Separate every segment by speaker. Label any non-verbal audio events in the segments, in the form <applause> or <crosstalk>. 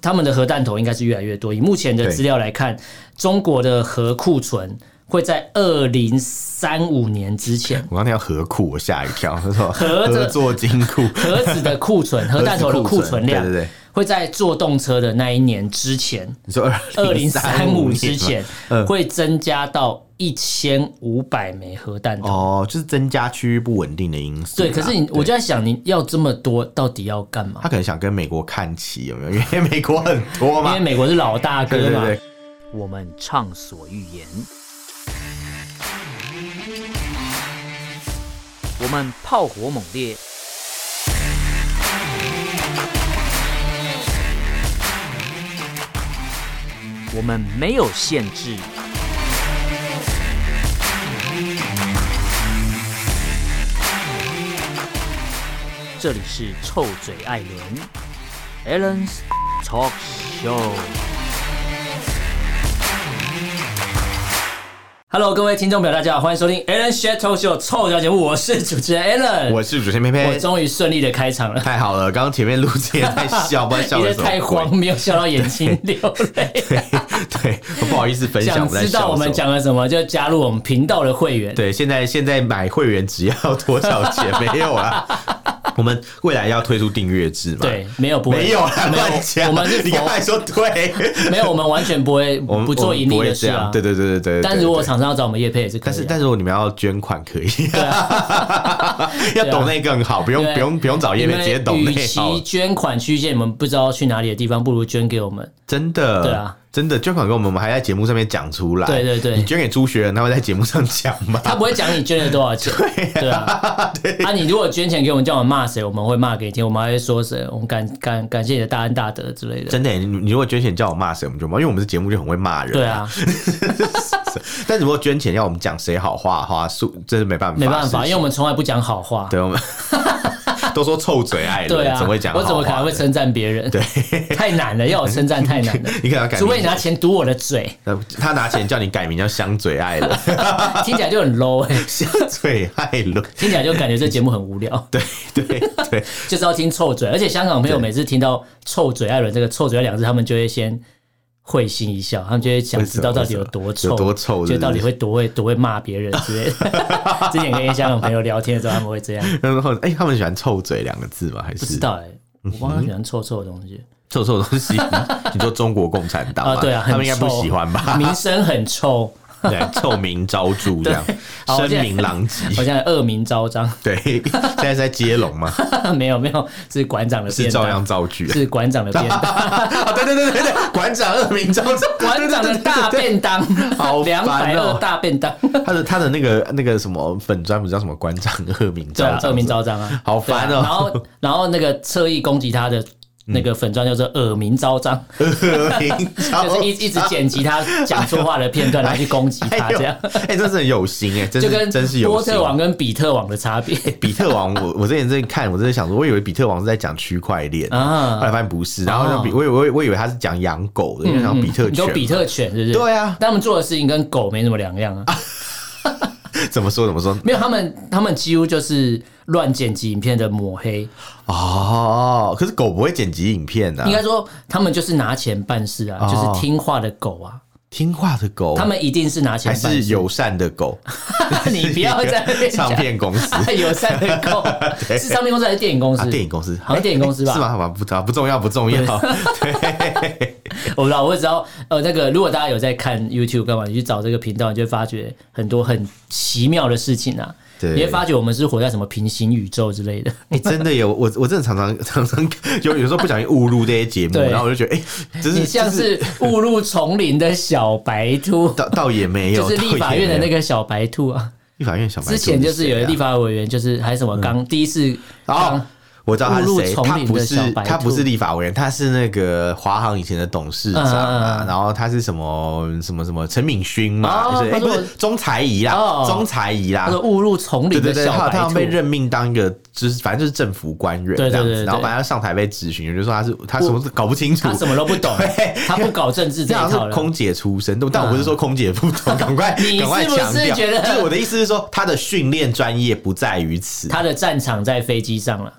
Speaker 1: 他们的核弹头应该是越来越多。以目前的
Speaker 2: 对
Speaker 1: 资料来看，中国的核库存会在二零三五年之
Speaker 2: <laughs>，
Speaker 1: 前
Speaker 2: 我刚才要合库，我吓一
Speaker 1: <laughs>
Speaker 2: 跳，他说
Speaker 1: 合着
Speaker 2: 合作金
Speaker 1: <laughs>
Speaker 2: 库，
Speaker 1: 核子的库存、核弹头的库存量，
Speaker 2: 对对对
Speaker 1: 会在坐动车的那一年之前，
Speaker 2: 你说
Speaker 1: 二零三五
Speaker 2: 年
Speaker 1: 之
Speaker 2: 吗
Speaker 1: 前，会增加到一千五百枚核弹头。
Speaker 2: 哦，就是增加区域不稳定的因素啦。
Speaker 1: 对，
Speaker 2: 啊
Speaker 1: 可是你，我就在想，你要这么多，到底要干嘛
Speaker 2: 他？可能想跟美国看齐，有没 <laughs> 有？因为美国很多
Speaker 1: 因
Speaker 2: 嘛
Speaker 1: 为。美国是老大
Speaker 2: 对
Speaker 1: 哥
Speaker 2: 对
Speaker 1: 嘛。
Speaker 2: 对，
Speaker 1: 我们畅所欲言，
Speaker 3: 我们炮火猛烈，我们没有限制，这里是臭嘴艾伦 a l l e n s Talk Show。
Speaker 1: Hello，各位听众朋友，大家好，欢迎收听 Alan s h a t t o Show 臭小姐，我是主持人 Alan。
Speaker 2: 我是主持人偏偏，
Speaker 1: 我终于顺利的开场了，
Speaker 2: 太好了，刚刚前面录这也太笑，不知道笑
Speaker 1: 因 <laughs>
Speaker 2: 的
Speaker 1: 为
Speaker 2: 什么
Speaker 1: 太
Speaker 2: 鬼。
Speaker 1: 荒谬，笑到眼睛流泪。
Speaker 2: <laughs> 对， <laughs> 我不好意思分享
Speaker 1: 想
Speaker 2: 我在
Speaker 1: 知道
Speaker 2: 笑
Speaker 1: 我们
Speaker 2: 什么。
Speaker 1: 讲了什么，就加入我们频道的会员。
Speaker 2: 对，现在现在买会员只要多少钱？ <laughs> 没有啦，我们未来要推出订阅制嘛？
Speaker 1: 对，，没有不会
Speaker 2: 没有啦，
Speaker 1: 没
Speaker 2: 乱
Speaker 1: 有，
Speaker 2: 讲。
Speaker 1: 我们是
Speaker 2: 你刚才
Speaker 1: 否
Speaker 2: 说对，
Speaker 1: 没有，我们完全不会
Speaker 2: 我们
Speaker 1: 不做盈利
Speaker 2: 我们不
Speaker 1: 的
Speaker 2: 会
Speaker 1: 事
Speaker 2: 这
Speaker 1: 啊
Speaker 2: 样。。对对对对对对。
Speaker 1: 但如果
Speaker 2: 对
Speaker 1: 厂商要找我们叶配也是可以
Speaker 2: 但
Speaker 1: 啊，
Speaker 2: 是，但是如果你们要捐款可以， <laughs> 要
Speaker 1: 对啊
Speaker 2: 懂内更好，不用
Speaker 1: 对
Speaker 2: 不用不用找
Speaker 1: 你
Speaker 2: 叶
Speaker 1: 们
Speaker 2: 面，直接懂
Speaker 1: 与
Speaker 2: 内好
Speaker 1: 其
Speaker 2: 了，
Speaker 1: 捐款区间，你们不知道去哪里的地方，不如捐给我们。
Speaker 2: 真的，
Speaker 1: 对啊，
Speaker 2: 真的捐款给我们，我们还在节目上面讲出来，
Speaker 1: 对对对
Speaker 2: 你捐给朱学仁，他会在节目上讲吗？
Speaker 1: 他不会讲你捐了多少
Speaker 2: <laughs>
Speaker 1: 钱，对啊，啊，你如果捐钱给我们，叫我们骂谁，我们会骂给你听，我们还会说谁，我们感感感谢你的大恩大德之类的。
Speaker 2: 真的，你啊你如果捐钱叫我骂谁，我们就骂，因为我们是节目就很会骂人，
Speaker 1: 对。啊，
Speaker 2: 但如果捐钱要我们讲谁好话的话，是真是没办法，
Speaker 1: 没办法，因为我
Speaker 2: 为
Speaker 1: 们从来不讲好话。
Speaker 2: 对
Speaker 1: <laughs>
Speaker 2: 我们都说臭嘴爱人，
Speaker 1: 对啊，
Speaker 2: 怎么会讲好
Speaker 1: 我
Speaker 2: 话
Speaker 1: 怎么可能会
Speaker 2: 的？
Speaker 1: 称赞别人？对， <laughs> 太难了，要我称赞太
Speaker 2: <laughs>。
Speaker 1: 难了
Speaker 2: 你可能要改名字，
Speaker 1: 除非你拿钱堵我的
Speaker 2: <laughs>
Speaker 1: 嘴，
Speaker 2: 他拿钱叫你改名叫香嘴
Speaker 1: <laughs>
Speaker 2: 爱人，
Speaker 1: 听起来就很 low 哎、
Speaker 2: 香嘴爱人，
Speaker 1: 听起来就感觉这节目很无聊，
Speaker 2: <laughs> 对对对，
Speaker 1: 就是要听臭嘴。而且香港朋友
Speaker 2: 对
Speaker 1: 每次听到“臭嘴艾伦”这个“臭嘴”两个字，他们就会先会心一笑，他们就会想知道到底有多臭，
Speaker 2: 为什么有多臭是不
Speaker 1: 就是到底会多会多会骂别人之类
Speaker 2: <laughs>
Speaker 1: 的。之前跟一些香港朋友聊天的时候，他们会这样，
Speaker 2: 然后，哎、他们喜欢“臭嘴”两个字吗？还
Speaker 1: 不
Speaker 2: 是嗯
Speaker 1: 知道哎、我帮他喜欢臭臭的东西，
Speaker 2: 臭臭的
Speaker 1: <laughs>
Speaker 2: 东西？你说中国共产党吗
Speaker 1: 啊对啊很
Speaker 2: 他们应该不
Speaker 1: 臭
Speaker 2: 喜欢吧？
Speaker 1: 名声很臭，
Speaker 2: <laughs> 对，臭名昭
Speaker 1: <laughs>
Speaker 2: 著这样，
Speaker 1: 好我现
Speaker 2: 声
Speaker 1: 在
Speaker 2: 名狼
Speaker 1: 好
Speaker 2: 藉。
Speaker 1: 像恶名昭彰。
Speaker 2: <laughs>
Speaker 1: <laughs>
Speaker 2: 对，现在是在接龙吗？
Speaker 1: 没有没有，是馆长的
Speaker 2: 是
Speaker 1: 便
Speaker 2: 照样
Speaker 1: 当，
Speaker 2: 造句。
Speaker 1: 是馆长的便当，
Speaker 2: 啊， <laughs> 对对对对对，馆长恶名昭著，
Speaker 1: <laughs> 馆长的大
Speaker 2: 对。对对对对
Speaker 1: 便当，<laughs>
Speaker 2: 好
Speaker 1: 两百
Speaker 2: 烦
Speaker 1: 二
Speaker 2: 哦
Speaker 1: 大便
Speaker 2: <laughs>
Speaker 1: 当，
Speaker 2: 他的他的那个那个什么粉砖不叫什么馆长恶名
Speaker 1: 对
Speaker 2: 昭
Speaker 1: 啊，
Speaker 2: 著，
Speaker 1: 恶名昭彰啊，
Speaker 2: 好
Speaker 1: 对啊
Speaker 2: 烦哦嗯
Speaker 1: 然后
Speaker 2: <laughs>
Speaker 1: 然后那个侧翼攻击他的。那个粉砖叫做“恶名昭
Speaker 2: <laughs>
Speaker 1: 彰
Speaker 2: 恶名”，
Speaker 1: <laughs>
Speaker 2: 昭
Speaker 1: 就是一一直剪辑他讲错话的片段，然后去攻击他，
Speaker 2: <laughs> 哎呦
Speaker 1: 这样
Speaker 2: 哎，真是很有心哎，真
Speaker 1: 就是跟
Speaker 2: 真是有
Speaker 1: 波
Speaker 2: 心
Speaker 1: 特。网跟比特网的差
Speaker 2: <laughs>
Speaker 1: 别
Speaker 2: 比特王，我我之前在看，我真的想说，我以为比特王是在讲区块链后
Speaker 1: 啊。
Speaker 2: 来发现不是，然后像比我以为我以为我以为他是讲养狗的，因为像比特
Speaker 1: 嗯你说
Speaker 2: 犬，
Speaker 1: 比特犬是不是？
Speaker 2: 对啊 <laughs>
Speaker 1: 但他们做的事情跟狗没什么两样啊。
Speaker 2: 怎么说怎么说
Speaker 1: 没有，他们他们几乎就是乱剪辑影片的抹黑。
Speaker 2: 哦，可是狗不会剪辑影片啊的、
Speaker 1: 应该说他们就是拿钱办事啊，
Speaker 2: 哦
Speaker 1: 就是听话的狗啊，
Speaker 2: 听话的狗，
Speaker 1: 他们一定是拿钱
Speaker 2: 还
Speaker 1: 办事。
Speaker 2: 是友善的狗，
Speaker 1: <laughs> 你不要
Speaker 2: <laughs>
Speaker 1: 在那边讲
Speaker 2: 唱片公
Speaker 1: <laughs>
Speaker 2: 司、啊
Speaker 1: 友善的狗，
Speaker 2: <laughs>
Speaker 1: 是唱片公司还是电影公司？
Speaker 2: 电影公司，哎
Speaker 1: 好像电影公司吧
Speaker 2: 是吗？好吧，不知道，不重要，不重要。
Speaker 1: 我不知道，我只知道呃，那个如果大家有在看 YouTube 干嘛，你去找这个频道，你就会发觉很多很奇妙的事情啊。
Speaker 2: 对
Speaker 1: 你会发觉我们是活在什么平行宇宙之类的。
Speaker 2: 哎，真的有我，我真的常常常常 <laughs> 有有时候不小心误入这些节目，
Speaker 1: 对
Speaker 2: 然后我就觉得，哎、真是
Speaker 1: <laughs> 你像
Speaker 2: 真是
Speaker 1: 是误入丛林的小白
Speaker 2: <laughs>
Speaker 1: 兔，
Speaker 2: 倒倒也没有，
Speaker 1: 就是立法院的那
Speaker 2: 个
Speaker 1: 个小白兔啊。
Speaker 2: 立法院小白兔
Speaker 1: 之前就是有
Speaker 2: 谁啊
Speaker 1: 立法委员，就是还什么刚第一次
Speaker 2: 哦
Speaker 1: 刚，
Speaker 2: 我知道他是谁，
Speaker 1: 误入丛
Speaker 2: 他
Speaker 1: 林
Speaker 2: 不
Speaker 1: 的小
Speaker 2: 是
Speaker 1: 白兔
Speaker 2: 他不是立法委员，他是那个华航以前的董事长
Speaker 1: 嗯嗯
Speaker 2: 啊
Speaker 1: 嗯，
Speaker 2: 然后他是什么什么什么陈敏勋嘛，
Speaker 1: 哦
Speaker 2: 就是哎
Speaker 1: 他说
Speaker 2: 不
Speaker 1: 我
Speaker 2: 是钟才怡啦
Speaker 1: 哦，
Speaker 2: 钟才怡
Speaker 1: 他
Speaker 2: 啦
Speaker 1: 说。误入丛
Speaker 2: 对
Speaker 1: 林
Speaker 2: 对
Speaker 1: 的
Speaker 2: 对，
Speaker 1: 小
Speaker 2: 他
Speaker 1: 白
Speaker 2: 他
Speaker 1: 兔，
Speaker 2: 被任命当一个，就是反正就是政府官员这样
Speaker 1: 对对对
Speaker 2: 子，
Speaker 1: 对
Speaker 2: 然后反正要上台被质询，我就说他是他什么都搞不清楚
Speaker 1: 他，什么都不懂
Speaker 2: <laughs> 对，
Speaker 1: 他不搞政治这
Speaker 2: 这
Speaker 1: 一
Speaker 2: <laughs> 好
Speaker 1: 套
Speaker 2: 像是
Speaker 1: 了。
Speaker 2: 空姐出身，但我不是说空姐不
Speaker 1: <laughs>
Speaker 2: 懂，赶快
Speaker 1: 你是
Speaker 2: 赶快
Speaker 1: 不是
Speaker 2: 强调，
Speaker 1: 觉得
Speaker 2: 就是我的意思是说，他的训练专业不在于此，
Speaker 1: 他的战场在飞机上了，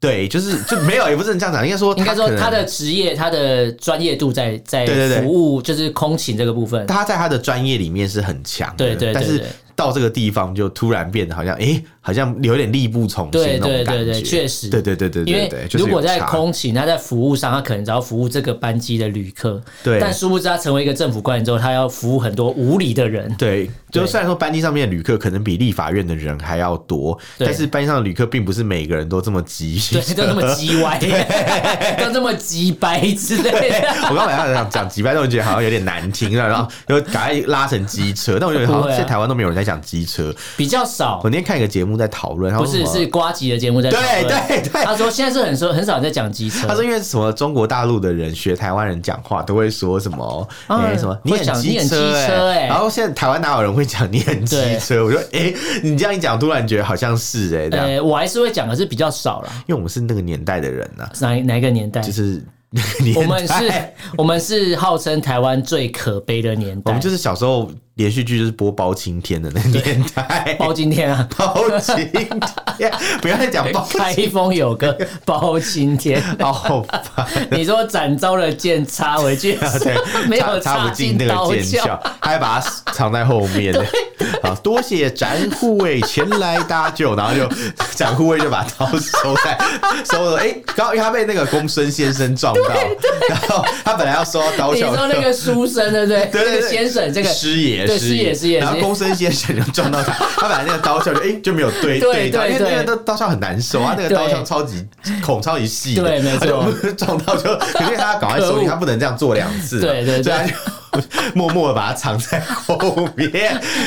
Speaker 2: 对，就是就没有，也不是这样讲，应该说
Speaker 1: <laughs> 应该说
Speaker 2: 可能
Speaker 1: 他的职业、他的专业度在在
Speaker 2: 对对对
Speaker 1: 服务就是空勤这个部分，
Speaker 2: 他在他的专业里面是很强的，
Speaker 1: 对对对
Speaker 2: 但是
Speaker 1: 对
Speaker 2: 到这个地方就突然变得好像，诶，好像有点力不从
Speaker 1: 对
Speaker 2: 心那
Speaker 1: 对
Speaker 2: 种感
Speaker 1: 对
Speaker 2: 觉，
Speaker 1: 对，确实，
Speaker 2: 对对对对
Speaker 1: 因
Speaker 2: 对
Speaker 1: 为
Speaker 2: 对，就是有
Speaker 1: 如果在
Speaker 2: 差，
Speaker 1: 空勤，他在服务上，他可能只要服务这个班机的旅客，
Speaker 2: 对
Speaker 1: 但殊不知他成为一个政府官员之后，他要服务很多无理的人，
Speaker 2: 对，就
Speaker 1: 对
Speaker 2: 虽然说班机上面的旅客可能比立法院的人还要多，
Speaker 1: 对
Speaker 2: 但是班上的旅客并不是每个人都这么急。
Speaker 1: 对，都那么叽歪， <laughs> 都那么叽掰之类的。
Speaker 2: <laughs> 我刚才想讲急班，都觉得好像有点难听，然后就赶快拉成机车。但我觉得好
Speaker 1: 不会
Speaker 2: 像
Speaker 1: 啊
Speaker 2: 现在台湾都没有人在讲机车。
Speaker 1: 比较少
Speaker 2: 我，那天看一个节目在讨论，他
Speaker 1: 不
Speaker 2: 说
Speaker 1: 是
Speaker 2: 什么
Speaker 1: 是瓜吉的节目在讨
Speaker 2: 对
Speaker 1: 论
Speaker 2: 对对，
Speaker 1: 他说现在是很说很少人在讲机车，
Speaker 2: 他说因为什么中国大陆的人学台湾人讲话都会说什么哎、
Speaker 1: 啊
Speaker 2: 诶什么你很
Speaker 1: 会讲
Speaker 2: 机
Speaker 1: 你很
Speaker 2: 车
Speaker 1: 机
Speaker 2: 哎、
Speaker 1: 车欸
Speaker 2: 然后现在台湾哪有人会讲你很机车？我说哎、诶你这样一讲，突然觉得好像是哎、这样，
Speaker 1: 呃，我还是会讲，可是比较少啦。
Speaker 2: 因为我们是那个年代的人呐、
Speaker 1: 哪一哪一个年代？
Speaker 2: 就是那个
Speaker 1: 我
Speaker 2: 年代，
Speaker 1: 们是， <laughs> 我们是号称台湾最可悲的年代，
Speaker 2: 我们就是小时候连续剧就是播包青天的那个年代，
Speaker 1: 包今天 <laughs> 啊，
Speaker 2: 包青天，不要再讲包青
Speaker 1: 开封有
Speaker 2: <laughs>
Speaker 1: 个包青天。
Speaker 2: 好吧，
Speaker 1: 你说斩招的剑插回去，
Speaker 2: <laughs> 对，
Speaker 1: <laughs> 没
Speaker 2: 插
Speaker 1: 有
Speaker 2: 插不进
Speaker 1: 进
Speaker 2: 那
Speaker 1: 刀
Speaker 2: 个剑鞘，他还把它藏在后
Speaker 1: <laughs>
Speaker 2: 面的。好，多谢展护卫前来搭救，然后就展护卫就把刀收在收了。哎、刚好因为他被那个公孙先生撞到，然后他本来要收到刀
Speaker 1: 你
Speaker 2: 鞘，
Speaker 1: 说那个书生对不对？
Speaker 2: <laughs> 对
Speaker 1: 那
Speaker 2: 对对
Speaker 1: 个先生，这个
Speaker 2: 师爷，
Speaker 1: 对师爷师爷
Speaker 2: 然后
Speaker 1: 师爷
Speaker 2: 公孙先生就
Speaker 1: <laughs>
Speaker 2: 撞到他，他本来那个刀鞘就哎、就没有对
Speaker 1: 对
Speaker 2: 到，因为
Speaker 1: 对
Speaker 2: 那个刀鞘很难受
Speaker 1: <laughs>
Speaker 2: 啊，那个
Speaker 1: 对
Speaker 2: 刀鞘超级孔超级细的，
Speaker 1: 对没错
Speaker 2: 他就撞到就，可是他要赶快收
Speaker 1: 可
Speaker 2: 力，
Speaker 1: 恶
Speaker 2: 他不能这样做两次啊，
Speaker 1: 对对对
Speaker 2: 所以他就默默的把它藏在后面，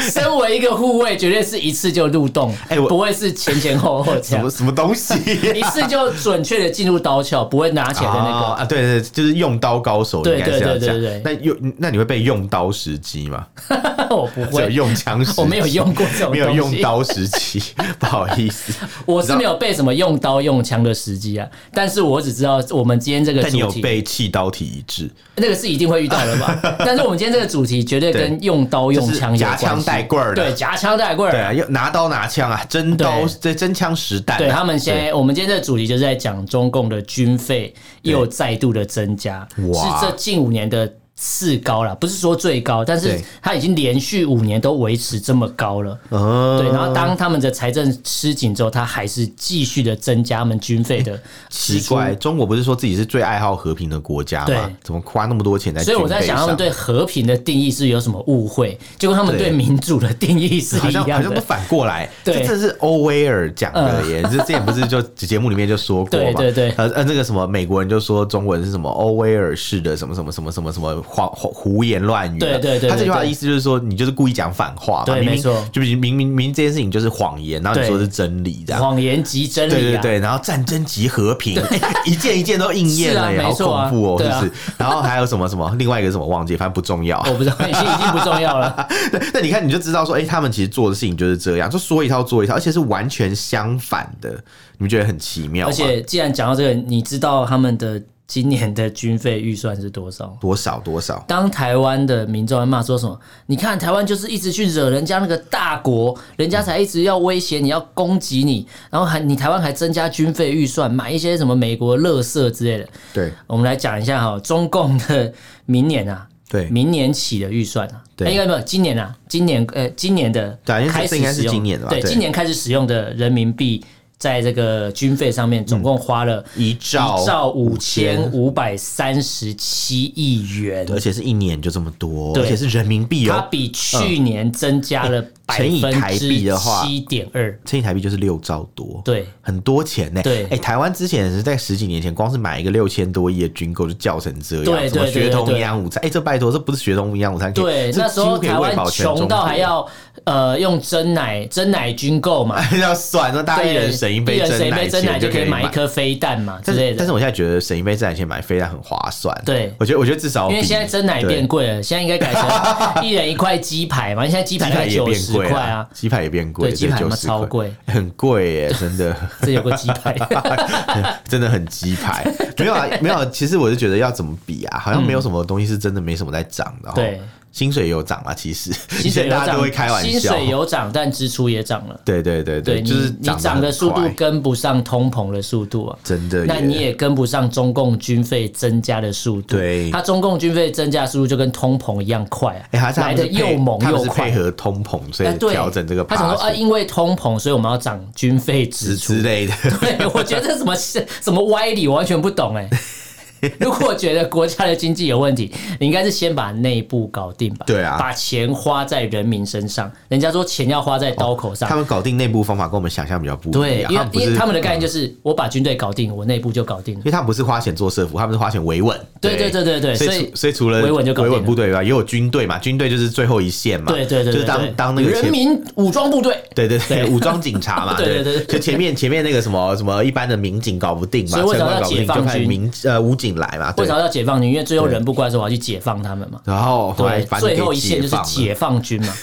Speaker 1: <laughs> 身为一个护卫，绝对是一次就入洞，
Speaker 2: 哎我
Speaker 1: 不会是前前后后这
Speaker 2: 什
Speaker 1: 样
Speaker 2: 么，什么东
Speaker 1: <laughs>
Speaker 2: 西、 <laughs>
Speaker 1: 一次就准确的进入刀鞘，不会拿起来的那
Speaker 2: 哦
Speaker 1: 个。
Speaker 2: 啊，对对，对就是用刀高手，
Speaker 1: 对
Speaker 2: 应该是
Speaker 1: 对
Speaker 2: 要
Speaker 1: 对
Speaker 2: 这样
Speaker 1: 对对对。
Speaker 2: 那用那你会被用刀时机吗？啊
Speaker 1: <laughs> 我不
Speaker 2: 只有
Speaker 1: 会，
Speaker 2: 用枪时机，
Speaker 1: 我没有用过这种
Speaker 2: 没有
Speaker 1: 东
Speaker 2: 用
Speaker 1: 西
Speaker 2: 刀
Speaker 1: <laughs>
Speaker 2: 时机，不好意思。
Speaker 1: 我是没有被什么用刀用枪的时机啊，但是我只知道我们今天这个
Speaker 2: 但你
Speaker 1: 主
Speaker 2: 有
Speaker 1: 题，
Speaker 2: 被气刀体一致，
Speaker 1: 那个是一定会遇到的吧？
Speaker 2: <laughs>
Speaker 1: 但是我们今天这个主题绝对跟用刀用枪有
Speaker 2: 夹
Speaker 1: 关系
Speaker 2: 枪带棍儿的
Speaker 1: 对，夹枪带棍儿
Speaker 2: 对啊，要拿刀拿枪啊，真刀对真枪实弹啊、
Speaker 1: 对他们现在，我们今天这个主题就是在讲中共的军费又再度的增加，
Speaker 2: 哇
Speaker 1: 是这近五年的次高了，不是说最高，但是
Speaker 2: 对
Speaker 1: 它已经连续五年都维持这么高了。
Speaker 2: 对嗯
Speaker 1: 对，然后当他们的财政吃紧之后，他还是继续的增加他们军费的支
Speaker 2: 奇
Speaker 1: 出。
Speaker 2: 怪，中国不是说自己是最爱好和平的国家吗
Speaker 1: 对？
Speaker 2: 怎么花那么多钱在
Speaker 1: 所
Speaker 2: 军
Speaker 1: 以
Speaker 2: 备
Speaker 1: 我
Speaker 2: 上？
Speaker 1: 在想，他们对和平的定义是有什么误会？结果他们
Speaker 2: 对
Speaker 1: 对民主的定义是
Speaker 2: 好
Speaker 1: 一
Speaker 2: 像好
Speaker 1: 样
Speaker 2: 像都
Speaker 1: 的。
Speaker 2: 反过来，这
Speaker 1: 对嗯
Speaker 2: 真的是欧威尔讲的耶。这之前不是就节目里面就说过嘛？
Speaker 1: <laughs> 对对对
Speaker 2: 呃呃，那个什么美国人就说中文是什么欧威尔式的什么什么什么什么什么话胡胡言乱语
Speaker 1: 对
Speaker 2: 啊。
Speaker 1: 对对
Speaker 2: 他这句话的
Speaker 1: 对对
Speaker 2: 意思就是说你就是故意讲反话嘛，
Speaker 1: 对
Speaker 2: 明明
Speaker 1: 没错
Speaker 2: 就明明明明这件事情就是谎言，然后你
Speaker 1: 对
Speaker 2: 说是真理这样。
Speaker 1: 谎言即真理、啊，
Speaker 2: 对对对，然后战争即和平， <laughs> 一件一件都应验了耶，
Speaker 1: 是啊
Speaker 2: 好
Speaker 1: 没错
Speaker 2: 恐
Speaker 1: 啊
Speaker 2: 怖哦，
Speaker 1: 对
Speaker 2: 是
Speaker 1: 啊哦
Speaker 2: 不是？然后还有什么什么，另外一个是什么忘记，反正不重要。
Speaker 1: 我不知道，已经已经不重
Speaker 2: <laughs>
Speaker 1: 要了。
Speaker 2: 对， <laughs> 那你看你就知道说，哎、他们其实做的事情就是这样，就说一套做一套，而且是完全相反的，你们觉得很奇妙
Speaker 1: 而
Speaker 2: 吗？
Speaker 1: 且既然讲到这个，你知道他们的今年的军费预算是多少？
Speaker 2: 多少多少，
Speaker 1: 当台湾的民众在骂说什么？你看台湾就是一直去惹人家那个大国，人家才一直要威胁你要攻击你，然后还你台湾还增加军费预算，买一些什么美国乐色之类的。
Speaker 2: 对
Speaker 1: 我们来讲一下哈，中共的明年啊，
Speaker 2: 对
Speaker 1: 明年起的预算啊，
Speaker 2: 对
Speaker 1: 哎应该没有今年啊，今年呃，今年的
Speaker 2: 对啊因为这
Speaker 1: 开始
Speaker 2: 应该是
Speaker 1: 使用
Speaker 2: 今年的吧
Speaker 1: 对，
Speaker 2: 对
Speaker 1: 今年开始使用的人民币在这个军费上面总共花了
Speaker 2: 一兆
Speaker 1: 一兆五千五百三十七亿元，
Speaker 2: 而且是一年就这么多，
Speaker 1: 对
Speaker 2: 而且是人民币
Speaker 1: 它
Speaker 2: 哦，
Speaker 1: 比去年增加了百
Speaker 2: 嗯乘以
Speaker 1: 分
Speaker 2: 台币
Speaker 1: 之
Speaker 2: 的话
Speaker 1: 七点二，
Speaker 2: 乘以台币就是六兆多，
Speaker 1: 对。
Speaker 2: 很多钱呢、
Speaker 1: 对
Speaker 2: 哎、台湾之前是在十几年前，光是买一个六千多亿的军购就叫成这样，
Speaker 1: 对
Speaker 2: 什么
Speaker 1: 对对
Speaker 2: 学童
Speaker 1: 对
Speaker 2: 营养午餐，哎、这拜托，这不是学童营养午餐可以，
Speaker 1: 对，
Speaker 2: 这
Speaker 1: 那时候
Speaker 2: 几乎可以
Speaker 1: 台
Speaker 2: 喂
Speaker 1: 湾
Speaker 2: 饱全中
Speaker 1: 穷到
Speaker 2: 国
Speaker 1: 还要呃用真奶真奶军购嘛，
Speaker 2: <laughs> 要算，那大家
Speaker 1: 对
Speaker 2: 一人省一杯
Speaker 1: 人省
Speaker 2: 真
Speaker 1: 一
Speaker 2: 奶
Speaker 1: 杯真
Speaker 2: 钱
Speaker 1: 奶就
Speaker 2: 可
Speaker 1: 可以买
Speaker 2: 买
Speaker 1: 一。颗飞弹嘛之
Speaker 2: 但
Speaker 1: 类
Speaker 2: 是，但
Speaker 1: 的
Speaker 2: 是。我现在觉得省一杯真奶钱买飞弹很划算。
Speaker 1: 对
Speaker 2: 我觉得我觉得至少
Speaker 1: 因为
Speaker 2: 比
Speaker 1: 现在真奶变贵了，现在应该改成
Speaker 2: <laughs>
Speaker 1: 一人一块鸡排嘛。现在鸡
Speaker 2: 对
Speaker 1: 排大
Speaker 2: 鸡排
Speaker 1: 概
Speaker 2: 也
Speaker 1: 九
Speaker 2: 变
Speaker 1: 十
Speaker 2: 贵
Speaker 1: 块
Speaker 2: 了
Speaker 1: 啊，
Speaker 2: 鸡排也变贵，
Speaker 1: 对鸡排他妈
Speaker 2: 90
Speaker 1: 超
Speaker 2: 块
Speaker 1: 贵，
Speaker 2: 很贵耶，真
Speaker 1: <laughs>
Speaker 2: 的。
Speaker 1: 这有个鸡
Speaker 2: <laughs>
Speaker 1: 排，
Speaker 2: 真的很鸡排，
Speaker 1: <laughs>
Speaker 2: 没有啊，没有啊。其实我就觉得要怎么比啊，好像没有什么东西是真的没什么在涨的。
Speaker 1: 对，
Speaker 2: 薪水有涨啦，其实
Speaker 1: 薪水有
Speaker 2: 大家
Speaker 1: 涨，
Speaker 2: 都会开玩笑，
Speaker 1: 薪水有涨，但支出也涨了。
Speaker 2: 对对对
Speaker 1: 对，
Speaker 2: 就是
Speaker 1: 你你涨
Speaker 2: 得
Speaker 1: 的速度
Speaker 2: 很快
Speaker 1: 跟不上通膨的速度啊。
Speaker 2: 真的耶，
Speaker 1: 那你也跟不上中共军费增加的速度，
Speaker 2: 对
Speaker 1: 它中共军费增加的速度就跟通膨一样快、啊，
Speaker 2: 哎，还是
Speaker 1: 来
Speaker 2: 他们
Speaker 1: 的
Speaker 2: 是配
Speaker 1: 又猛
Speaker 2: 他们
Speaker 1: 又
Speaker 2: 是
Speaker 1: 快
Speaker 2: 配。合通膨，所
Speaker 1: 哎
Speaker 2: 以
Speaker 1: 对，
Speaker 2: 调整这个
Speaker 1: 他想说啊，
Speaker 2: 8%
Speaker 1: 因为通膨，所以我们要涨军费支
Speaker 2: 之
Speaker 1: 出
Speaker 2: 之。类的，
Speaker 1: 对， <laughs> 我觉得这什么什么歪理，我完全不懂
Speaker 2: <laughs>
Speaker 1: 哎。如果觉得国家的经济有问题，你应该是先把内部搞定吧？
Speaker 2: 对啊
Speaker 1: 把钱花在人民身上。人家说钱要花在刀口上，
Speaker 2: 他们搞定内部方法跟我们想象比较不一
Speaker 1: 对，
Speaker 2: 样，
Speaker 1: 因为
Speaker 2: 哦们不
Speaker 1: 因为
Speaker 2: 是嗯
Speaker 1: 他们的概念就是，我把军队搞定，我内部就搞定了
Speaker 2: 因。为他们不是花钱做社服，他们是花钱维稳。
Speaker 1: 对对对对对，
Speaker 2: 所
Speaker 1: 所
Speaker 2: 以
Speaker 1: 以
Speaker 2: 除所以除了
Speaker 1: 维稳就搞定了
Speaker 2: 部队以外，也有军队嘛，军队就是最后一线嘛，
Speaker 1: 对对对，
Speaker 2: 就
Speaker 1: 对
Speaker 2: 是
Speaker 1: 对
Speaker 2: 当当那个
Speaker 1: 人
Speaker 2: 前。
Speaker 1: 民武装部队。
Speaker 2: 对对对，武装警察嘛，
Speaker 1: <laughs> 对对对对
Speaker 2: 就前面前面那个什么什么一般的民警搞不定嘛，
Speaker 1: 所以为
Speaker 2: 城
Speaker 1: 什么要
Speaker 2: 管搞不定
Speaker 1: 解放
Speaker 2: 就派
Speaker 1: 军
Speaker 2: 民呃武警来嘛，
Speaker 1: 为
Speaker 2: 对
Speaker 1: 啥，要解放军？因为最后
Speaker 2: 对
Speaker 1: 人不乖的时候，我要去解放他们嘛。
Speaker 2: 然后后来
Speaker 1: 对
Speaker 2: 把，你
Speaker 1: 最
Speaker 2: 给
Speaker 1: 后一线就是
Speaker 2: 放了
Speaker 1: 解放军嘛，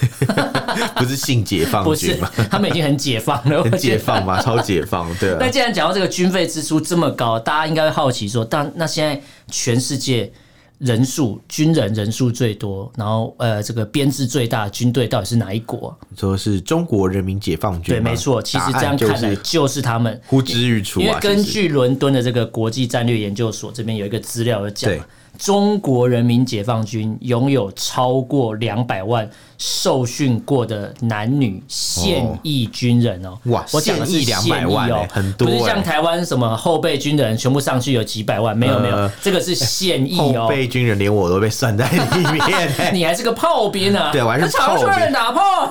Speaker 2: <laughs> 不是性解放
Speaker 1: 不是
Speaker 2: 军嘛，
Speaker 1: <laughs> 他们已经很解放
Speaker 2: <laughs>
Speaker 1: 了，我
Speaker 2: 很
Speaker 1: 觉
Speaker 2: 解
Speaker 1: 得
Speaker 2: 放
Speaker 1: <laughs>
Speaker 2: 嘛，超解放，对
Speaker 1: 那
Speaker 2: 啊，
Speaker 1: 既然讲到这个军费支出这么高，大家应该会好奇说，但那现在全世界人数军人人数最多，然后呃这个编制最大的军队到底是哪一国啊、
Speaker 2: 说是中国人民解放军
Speaker 1: 对，
Speaker 2: 嘛，
Speaker 1: 没错，其实
Speaker 2: 答
Speaker 1: 这样
Speaker 2: 案就
Speaker 1: 看来
Speaker 2: 是
Speaker 1: 就是他们。
Speaker 2: 呼之欲出
Speaker 1: 因为
Speaker 2: 啊，
Speaker 1: 根
Speaker 2: 其实
Speaker 1: 据伦敦的这个国际战略研究所这边有一个资料有讲
Speaker 2: 对，
Speaker 1: 中国人民解放军拥有超过两百万受训过的男女现役军人哦。
Speaker 2: 哇
Speaker 1: 我讲的是
Speaker 2: 现役
Speaker 1: 现役
Speaker 2: 200万
Speaker 1: 哦
Speaker 2: 欸，很多
Speaker 1: 不是
Speaker 2: 欸
Speaker 1: 像台湾什么后备军人全部上去有几百万，没有没有
Speaker 2: 呃，
Speaker 1: 这个是现役
Speaker 2: 后
Speaker 1: 哦。
Speaker 2: 备军人连我都被算在里面、
Speaker 1: <laughs>
Speaker 2: 欸，
Speaker 1: 你还是个炮兵啊！
Speaker 2: 对我还是
Speaker 1: 那常说
Speaker 2: 炮兵
Speaker 1: 人打
Speaker 2: <laughs>
Speaker 1: 炮，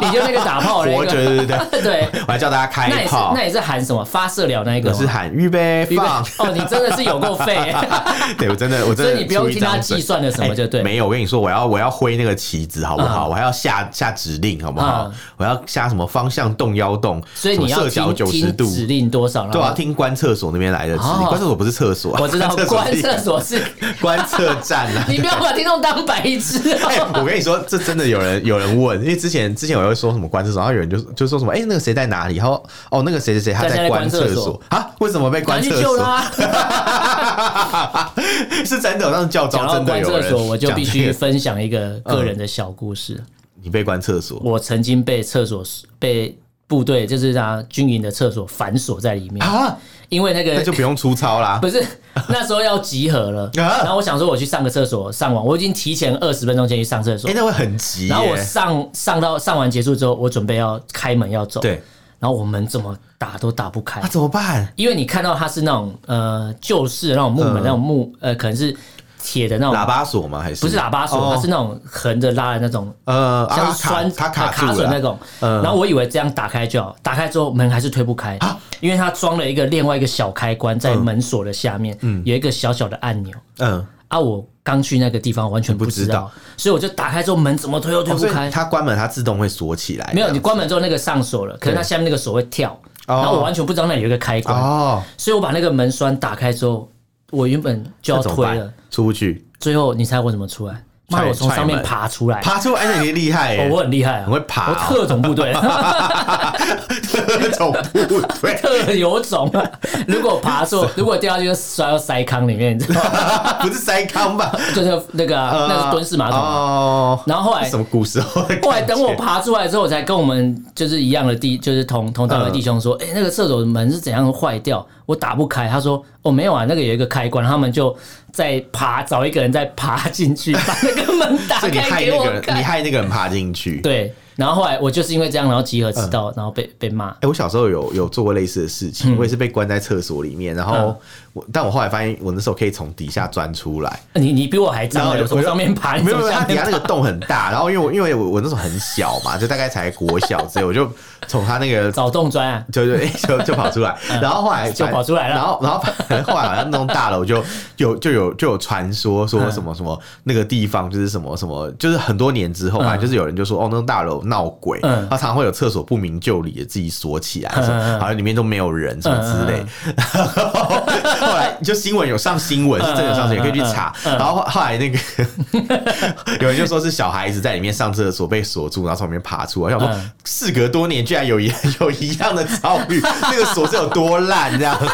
Speaker 1: 你就那个打炮的哦那
Speaker 2: 活
Speaker 1: 个，
Speaker 2: 着对对对，
Speaker 1: 对，
Speaker 2: <laughs> 我还叫大家
Speaker 1: 那
Speaker 2: 开
Speaker 1: 也是
Speaker 2: 炮
Speaker 1: 那，也是喊什么发射了那一个
Speaker 2: 我
Speaker 1: 吗，
Speaker 2: 是喊预备
Speaker 1: 预备
Speaker 2: 放，
Speaker 1: 哦，你真的是有够废、
Speaker 2: <laughs> 对我真的我
Speaker 1: 所
Speaker 2: 真的
Speaker 1: 以你不用
Speaker 2: 出一
Speaker 1: 听他
Speaker 2: 张嘴哎
Speaker 1: 计算了什么就对。
Speaker 2: 没有，我跟你说，我要我要挥那个旗子，好不好？
Speaker 1: 嗯
Speaker 2: 我还要下下指令，好不好？
Speaker 1: 嗯
Speaker 2: 我要下什么方向动腰动，
Speaker 1: 所以你
Speaker 2: 什
Speaker 1: 要
Speaker 2: 么射角
Speaker 1: 听
Speaker 2: 九十
Speaker 1: 听
Speaker 2: 度，
Speaker 1: 指令多少，然
Speaker 2: 对啊，
Speaker 1: 后
Speaker 2: 听观测所那边来的指令。
Speaker 1: 哦
Speaker 2: 观测所不是厕所啊，
Speaker 1: 我
Speaker 2: <laughs>
Speaker 1: 知道关
Speaker 2: 是
Speaker 1: 厕所是，。
Speaker 2: 观测站啊 <laughs>
Speaker 1: 你不要把听众当白痴啊、
Speaker 2: 哎、我跟你说，这真的有人有人问，因为之前之前我会说什么关厕所，然后有人就就说什么，哎、那个谁在哪里？然后哦，那个谁谁谁他
Speaker 1: 在家里
Speaker 2: 关
Speaker 1: 关
Speaker 2: 厕
Speaker 1: 厕所
Speaker 2: 所啊？为什么被
Speaker 1: 赶
Speaker 2: 关
Speaker 1: 紧
Speaker 2: 厕
Speaker 1: 去救
Speaker 2: 所？
Speaker 1: 他！
Speaker 2: <laughs> 是真的，让教
Speaker 1: 讲
Speaker 2: 招
Speaker 1: 到
Speaker 2: 真的
Speaker 1: 关
Speaker 2: 有
Speaker 1: 厕
Speaker 2: 人
Speaker 1: 所，我就
Speaker 2: 讲
Speaker 1: 必
Speaker 2: 这 <laughs>
Speaker 1: 须
Speaker 2: 个
Speaker 1: 分享一个个人的小故事。
Speaker 2: 你被关厕所
Speaker 1: 我曾经被厕所被部队就是啊军营的厕所反锁在里面，
Speaker 2: 啊，
Speaker 1: 因为那个
Speaker 2: 那就不用出操 <laughs> 啦
Speaker 1: <laughs> 不。是那时候要集合了，
Speaker 2: <laughs> 啊
Speaker 1: 然后我想说我去上个厕所上网，我已经提前二十分钟前去上厕所
Speaker 2: 哎、，那会很急耶、
Speaker 1: 然后我上上到上完结束之后，我准备要开门要走，
Speaker 2: 对，啊
Speaker 1: 然后我门怎么打都打不开
Speaker 2: 那、，怎么办？
Speaker 1: 因为你看到它是那种呃旧式的那种木门，
Speaker 2: 嗯
Speaker 1: 那种木呃可能是铁的那
Speaker 2: 喇
Speaker 1: 种，
Speaker 2: 叭锁吗？还是
Speaker 1: 不是喇叭锁，
Speaker 2: 哦
Speaker 1: 它是那种横着拉的那种。
Speaker 2: 呃，啊
Speaker 1: 像
Speaker 2: 它
Speaker 1: 是
Speaker 2: 卡
Speaker 1: 栓
Speaker 2: 它卡
Speaker 1: 卡
Speaker 2: 住
Speaker 1: 榫
Speaker 2: 了嗯
Speaker 1: 那种，然后我以为这样打开就好，打开之后门还是推不开，
Speaker 2: 啊
Speaker 1: 因为它装了一个另外一个小开关在门锁的下面，有一个小小的按钮
Speaker 2: 嗯，
Speaker 1: 啊，我刚去那个地方完全不
Speaker 2: 不知
Speaker 1: 知道
Speaker 2: 道，
Speaker 1: 所以我就打开之后门怎么推都推
Speaker 2: 哦
Speaker 1: 不
Speaker 2: 所以
Speaker 1: 开，
Speaker 2: 它关门它自动会锁起来。
Speaker 1: 没有，
Speaker 2: 这
Speaker 1: 你
Speaker 2: 样
Speaker 1: 关门之后那个上锁了，可是它下面那个锁会跳，然后我完全不知道那里有一个开关，
Speaker 2: 哦，
Speaker 1: 所以我把那个门栓打开之后，我原本就要
Speaker 2: 那怎么
Speaker 1: 推
Speaker 2: 办
Speaker 1: 了，？
Speaker 2: 出不去，
Speaker 1: 最后你猜我怎么出来？妈的，我从上面爬出来，
Speaker 2: 爬出来，哎，你厉害耶、
Speaker 1: 哦，我很厉害啊，
Speaker 2: 很会爬
Speaker 1: 我
Speaker 2: 哦
Speaker 1: 特种部
Speaker 2: <laughs>
Speaker 1: 队，
Speaker 2: 特种部队，
Speaker 1: 特有种 <laughs> 啊！如果爬错，如果掉下去就摔到塞糠里面， <laughs> 你知道吗？
Speaker 2: 不是塞康吧？
Speaker 1: 就是那个啊
Speaker 2: 呃
Speaker 1: 那是蹲式马桶啊，
Speaker 2: 哦，
Speaker 1: 然后后来
Speaker 2: 什么古时候的感觉？
Speaker 1: 后来等我爬出来之后，我才跟我们就是一样的弟，就是同同道的弟兄说，
Speaker 2: 呃
Speaker 1: 哎、那个厕所的门是怎样坏掉，我打不开。他说，哦，没有啊，那个有一个开关，他们就在爬，找一个人再爬进去，把那个门打
Speaker 2: 所以你
Speaker 1: 开
Speaker 2: 害
Speaker 1: 给
Speaker 2: 那
Speaker 1: 我
Speaker 2: 个人，
Speaker 1: 看。
Speaker 2: 你害那个人爬进去。
Speaker 1: <laughs> 对，然后后来我就是因为这样，然后集合迟到，然后被被骂
Speaker 2: 哎、。我小时候有有做过类似的事情，我也是被关在厕所里面，然后
Speaker 1: 嗯
Speaker 2: 我，但我后来发现我那时候可以从底下钻出来，
Speaker 1: 你你比我还
Speaker 2: 然
Speaker 1: 脏
Speaker 2: 后
Speaker 1: 欸，
Speaker 2: 就
Speaker 1: 我从上面爬，你
Speaker 2: 没有没
Speaker 1: 从
Speaker 2: 有，
Speaker 1: 下
Speaker 2: 它底
Speaker 1: 面爬
Speaker 2: 下那个洞很大，然后因为我因为我我那时候很小嘛，就大概才国小之类，我就从他那个。
Speaker 1: 找洞钻啊。
Speaker 2: 就就就就跑
Speaker 1: <laughs>
Speaker 2: 出来，然后后来
Speaker 1: 嗯就跑出来了
Speaker 2: 然后然后反正后来好像弄大了，我就有就有就有传说说什么什么那个地方就是什么什么，就是很多年之后，
Speaker 1: 嗯
Speaker 2: 反正就是有人就说哦，那栋大楼闹鬼，
Speaker 1: 嗯
Speaker 2: 他常常会有厕所不明就里的自己锁起来，
Speaker 1: 嗯
Speaker 2: 什
Speaker 1: 嗯
Speaker 2: 么
Speaker 1: 嗯
Speaker 2: 好像里面都没有人什么之类
Speaker 1: 嗯。
Speaker 2: 然后哦后来就新闻有上新
Speaker 1: 嗯
Speaker 2: 闻，是真的有上新闻，可以去查。然后后来那个 <laughs> 有人就说是小孩子在里面上厕所被锁住，然后从里面爬出来。我想说
Speaker 1: 嗯，
Speaker 2: <laughs> 事隔多年，居然有一有一样的遭遇，那个锁是有多烂这样。 <laughs>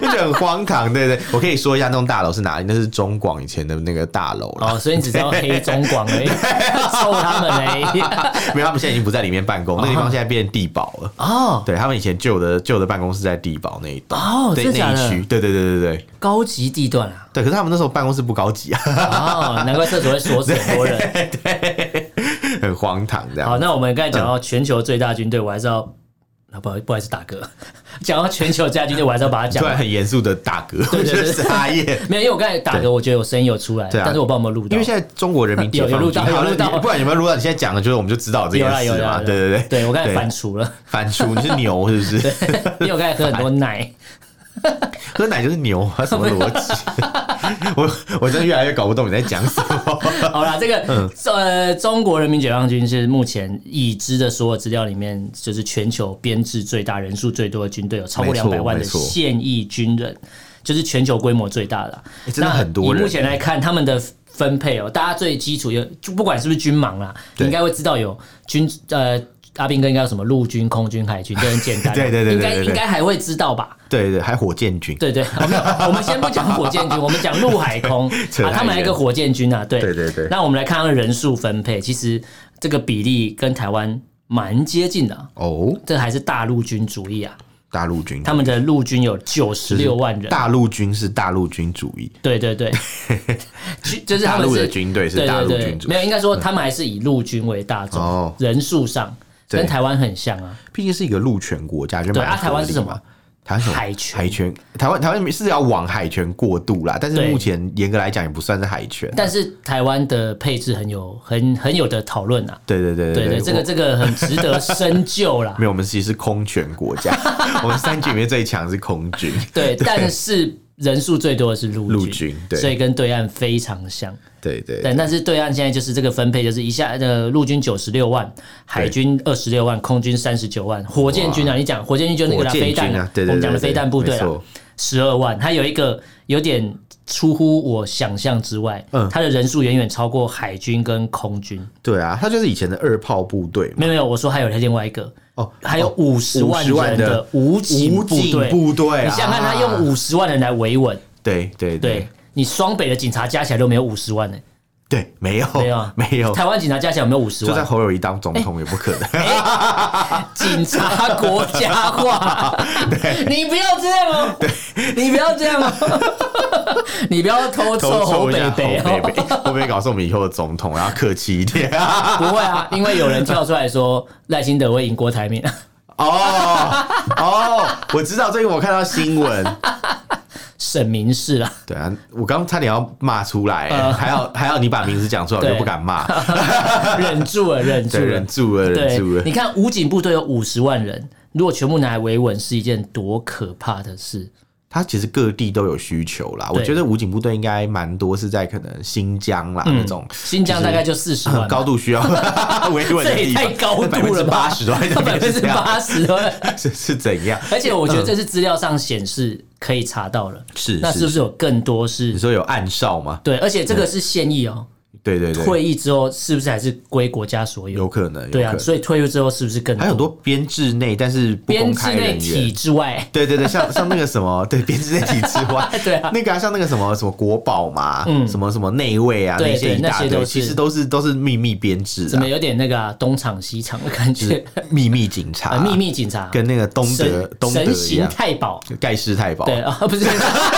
Speaker 2: 就觉得很荒唐，对不对？我可以说一下那栋大楼是哪里？那是中广以前的那个大楼啦。 <laughs>
Speaker 1: 哦，所以你只知道黑中广而已， <laughs> 臭他们
Speaker 2: <laughs>
Speaker 1: 嘞！
Speaker 2: 没有，他们现在已经不在里面办公，那地方现在变地堡了。
Speaker 1: 哦，
Speaker 2: 对他们以前旧的旧的办公室在地堡那一栋
Speaker 1: 哦
Speaker 2: 对
Speaker 1: 真的
Speaker 2: 那
Speaker 1: 假
Speaker 2: 一
Speaker 1: 的
Speaker 2: 区，对对对对对
Speaker 1: 高级地段啊！
Speaker 2: 对。可是他们那时候办公室不高级啊， <laughs>
Speaker 1: 哦，难怪厕所会锁死很多人。
Speaker 2: 很荒唐这
Speaker 1: 好，
Speaker 2: 样。
Speaker 1: 那我们刚才讲
Speaker 2: 嗯
Speaker 1: 到全球最大军队，我还是要，啊不好不好意思，大哥， <laughs> 讲到全球最大军队，我还是要把它讲
Speaker 2: 突
Speaker 1: 完
Speaker 2: 然。很严肃的打嗝，我
Speaker 1: 对对
Speaker 2: 觉
Speaker 1: 对
Speaker 2: 得傻眼。
Speaker 1: 没有，因为我刚才打嗝，我觉得我声音有出来，
Speaker 2: 对啊
Speaker 1: 但是我不知道有没有录到。
Speaker 2: 因为现在中国人民解
Speaker 1: 有有
Speaker 2: 放
Speaker 1: 录
Speaker 2: 军，
Speaker 1: 到有
Speaker 2: 好了
Speaker 1: 录到
Speaker 2: 你不然有没有录到？你现在讲的就是我们就知道这
Speaker 1: 有
Speaker 2: 件
Speaker 1: 啦有
Speaker 2: 事
Speaker 1: 啦，
Speaker 2: 嘛，
Speaker 1: 有啦
Speaker 2: 对对对，
Speaker 1: 对我刚才
Speaker 2: 对
Speaker 1: 反刍了，
Speaker 2: 反刍，你是牛是不是？
Speaker 1: 因为我刚才喝很多奶。
Speaker 2: 喝奶就是牛啊，什么逻辑？我我真的越来越搞不懂你在讲什么。
Speaker 1: <laughs> 好啦，这
Speaker 2: 嗯
Speaker 1: 个呃，中国人民解放军是目前已知的所有资料里面，就是全球编制最大、人数最多的军队，有超过
Speaker 2: 没错
Speaker 1: 两百万的
Speaker 2: 没错
Speaker 1: 现役军人，就是全球规模最大的啊。
Speaker 2: 欸真的很多
Speaker 1: 那
Speaker 2: 人
Speaker 1: 以目前来看，他们的分配哦，大家最基础有，就不管是不是军盲啦，你
Speaker 2: 对
Speaker 1: 应该会知道有军呃。阿兵哥应该有什么陆军、空军、海军，这很简单啊。
Speaker 2: <laughs> 对对对对
Speaker 1: 应该
Speaker 2: 对对对
Speaker 1: 应该还会知道吧？
Speaker 2: 对对，还火箭军，
Speaker 1: 对
Speaker 2: <laughs>
Speaker 1: 对，哦没有，我们先不讲火箭军，我们讲陆海空
Speaker 2: 扯
Speaker 1: 啊，
Speaker 2: 太远
Speaker 1: 他们还有一个火箭军啊，对
Speaker 2: 对对对
Speaker 1: 那我们来看它的人数分配，其实这个比例跟台湾蛮接近的啊，
Speaker 2: 哦，
Speaker 1: 这还是大陆军主义啊，
Speaker 2: 大陆军，
Speaker 1: 他们的陆军有九十六万人，
Speaker 2: 大陆军是大陆军主义，
Speaker 1: 对对
Speaker 2: <laughs>
Speaker 1: 对，就就是他
Speaker 2: 大
Speaker 1: 们
Speaker 2: 陆
Speaker 1: 是
Speaker 2: 的军队是
Speaker 1: 对
Speaker 2: 大
Speaker 1: 对
Speaker 2: 陆
Speaker 1: 对
Speaker 2: 军，主
Speaker 1: 没
Speaker 2: 义，
Speaker 1: 有，应该说他们还是以陆军为大
Speaker 2: 哦
Speaker 1: 众，人数上
Speaker 2: 对
Speaker 1: 跟台湾很像啊，
Speaker 2: 毕竟是一个陆权国家，就
Speaker 1: 对
Speaker 2: 蛮
Speaker 1: 啊
Speaker 2: 合
Speaker 1: 台湾
Speaker 2: 理
Speaker 1: 是什
Speaker 2: 嘛
Speaker 1: 么？
Speaker 2: 台湾是什么
Speaker 1: 海权
Speaker 2: 海权，台湾台湾是要往海权过渡啦，但是
Speaker 1: 对
Speaker 2: 目前严格来讲也不算是海权啊。
Speaker 1: 但是台湾的配置很有很很有的讨论啊。
Speaker 2: 对对对
Speaker 1: 对对，
Speaker 2: 对，
Speaker 1: 这个
Speaker 2: 我
Speaker 1: 这个很值得深究
Speaker 2: <laughs>
Speaker 1: 啦。
Speaker 2: 没有，我们其实是空权国
Speaker 1: <laughs>
Speaker 2: 家，我们三军里面最强是空军。
Speaker 1: 对，但是人数最多的是陆
Speaker 2: 陆军对
Speaker 1: 所以跟对岸非常像。
Speaker 2: 对对
Speaker 1: 对，但是对岸现在就是这个分配，就是一下呃，陆军九十六万，海军二十六万，空军三十九万，火箭军啊，你讲火箭军就那个啦，
Speaker 2: 火箭
Speaker 1: 飞
Speaker 2: 军啊
Speaker 1: 弹
Speaker 2: 对对对
Speaker 1: 我们讲的
Speaker 2: 对对
Speaker 1: 飞弹部队
Speaker 2: 没
Speaker 1: 啊
Speaker 2: 错，
Speaker 1: 十二万，它有一个有点出乎我想象之外，
Speaker 2: 嗯
Speaker 1: 它的人数远远超过海军跟空军。
Speaker 2: 对啊，他就是以前的二炮部队嘛。
Speaker 1: 没有没有，我说还有另外一个。
Speaker 2: 哦，
Speaker 1: 还有
Speaker 2: 哦
Speaker 1: 五十万
Speaker 2: 50
Speaker 1: 人的
Speaker 2: 的
Speaker 1: 武警
Speaker 2: 武
Speaker 1: 部
Speaker 2: 警
Speaker 1: 队，
Speaker 2: 部队
Speaker 1: 你想想看，他用
Speaker 2: 啊
Speaker 1: 五十万人来维稳，
Speaker 2: 对
Speaker 1: 对
Speaker 2: 对对
Speaker 1: 你双北的警察加起来都没有五十万呢、
Speaker 2: 对，没有
Speaker 1: 没有啊
Speaker 2: 没有，
Speaker 1: 台湾警察加起来有没有五十
Speaker 2: 哦就算
Speaker 1: 万？
Speaker 2: 侯友谊当总统也不可能。
Speaker 1: 哎警察国家
Speaker 2: <laughs>
Speaker 1: 化，你不要这样哦、你不要这样哦、
Speaker 2: <laughs>
Speaker 1: 你不要偷
Speaker 2: <laughs> 偷
Speaker 1: 臭侯
Speaker 2: 一
Speaker 1: 北
Speaker 2: 下侯
Speaker 1: 北哦、
Speaker 2: 北北， <laughs> 会不会搞是我们以后的总统？然后客气一点
Speaker 1: 不会啊，因为有人跳出来说赖清德会赢郭台铭， <laughs>
Speaker 2: 哦哦，我知道这个，我看到新
Speaker 1: <laughs>
Speaker 2: 闻。
Speaker 1: 省民事
Speaker 2: <laughs>
Speaker 1: 啊，
Speaker 2: 对啊，我刚差点要骂出来，还好还好，你把名字讲出来，我就
Speaker 1: 嗯对
Speaker 2: 不
Speaker 1: <laughs>
Speaker 2: 敢骂，
Speaker 1: 忍住了，忍住
Speaker 2: 对，
Speaker 1: 了，
Speaker 2: 忍住了，
Speaker 1: 对
Speaker 2: 忍住，了
Speaker 1: 你。看武警部队有五十万人，如果全部拿来维稳，是一件多可怕的事。
Speaker 2: 他其实各地都有需求啦，我
Speaker 1: 对
Speaker 2: 觉得武警部队应该蛮多是在可能新疆
Speaker 1: 嗯
Speaker 2: 啦那种
Speaker 1: 新疆大概就四十
Speaker 2: 很
Speaker 1: 万吧，
Speaker 2: 高度需要维稳的
Speaker 1: 这
Speaker 2: 地
Speaker 1: 也
Speaker 2: 方，
Speaker 1: 太高度了吧
Speaker 2: 八十都还在那
Speaker 1: <laughs> <laughs> 百
Speaker 2: 边
Speaker 1: 分
Speaker 2: 是
Speaker 1: 之
Speaker 2: 这样，
Speaker 1: 八十。
Speaker 2: <laughs> 是是怎样？
Speaker 1: 而且我觉得这是资料上显示可以查到了，
Speaker 2: 是
Speaker 1: 那是不
Speaker 2: 是
Speaker 1: 是有更多
Speaker 2: 你
Speaker 1: 是？
Speaker 2: 说有暗哨吗？
Speaker 1: 对，而且这个是现役哦，
Speaker 2: 对对对，
Speaker 1: 退役之后是不是还是归国家所有？
Speaker 2: 有可能，有
Speaker 1: 对
Speaker 2: 可
Speaker 1: 啊，
Speaker 2: 能
Speaker 1: 所以退役之后是不是更
Speaker 2: 还有很多编制内，但是不
Speaker 1: 编
Speaker 2: 公
Speaker 1: 制
Speaker 2: 开人
Speaker 1: 内体
Speaker 2: 员。
Speaker 1: 制外？，
Speaker 2: 对对对，像像那个什么，对编制内体之外
Speaker 1: <laughs> 对啊嗯
Speaker 2: 那个、啊、像那个什么什么国宝嘛，什么什么内卫啊，
Speaker 1: 对
Speaker 2: 那些
Speaker 1: 对
Speaker 2: 一大
Speaker 1: 那些都
Speaker 2: 堆，
Speaker 1: 是
Speaker 2: 其实都是都是秘密编制
Speaker 1: 怎么
Speaker 2: 啊，
Speaker 1: 有点那个啊东厂西厂的感觉？
Speaker 2: 秘密警察，
Speaker 1: <laughs> 啊，秘密警察
Speaker 2: 跟那个东德
Speaker 1: 神
Speaker 2: 东德
Speaker 1: 神
Speaker 2: 一
Speaker 1: 行
Speaker 2: 样，
Speaker 1: 太保，
Speaker 2: 盖世太保，
Speaker 1: 对啊，不是。
Speaker 2: <laughs>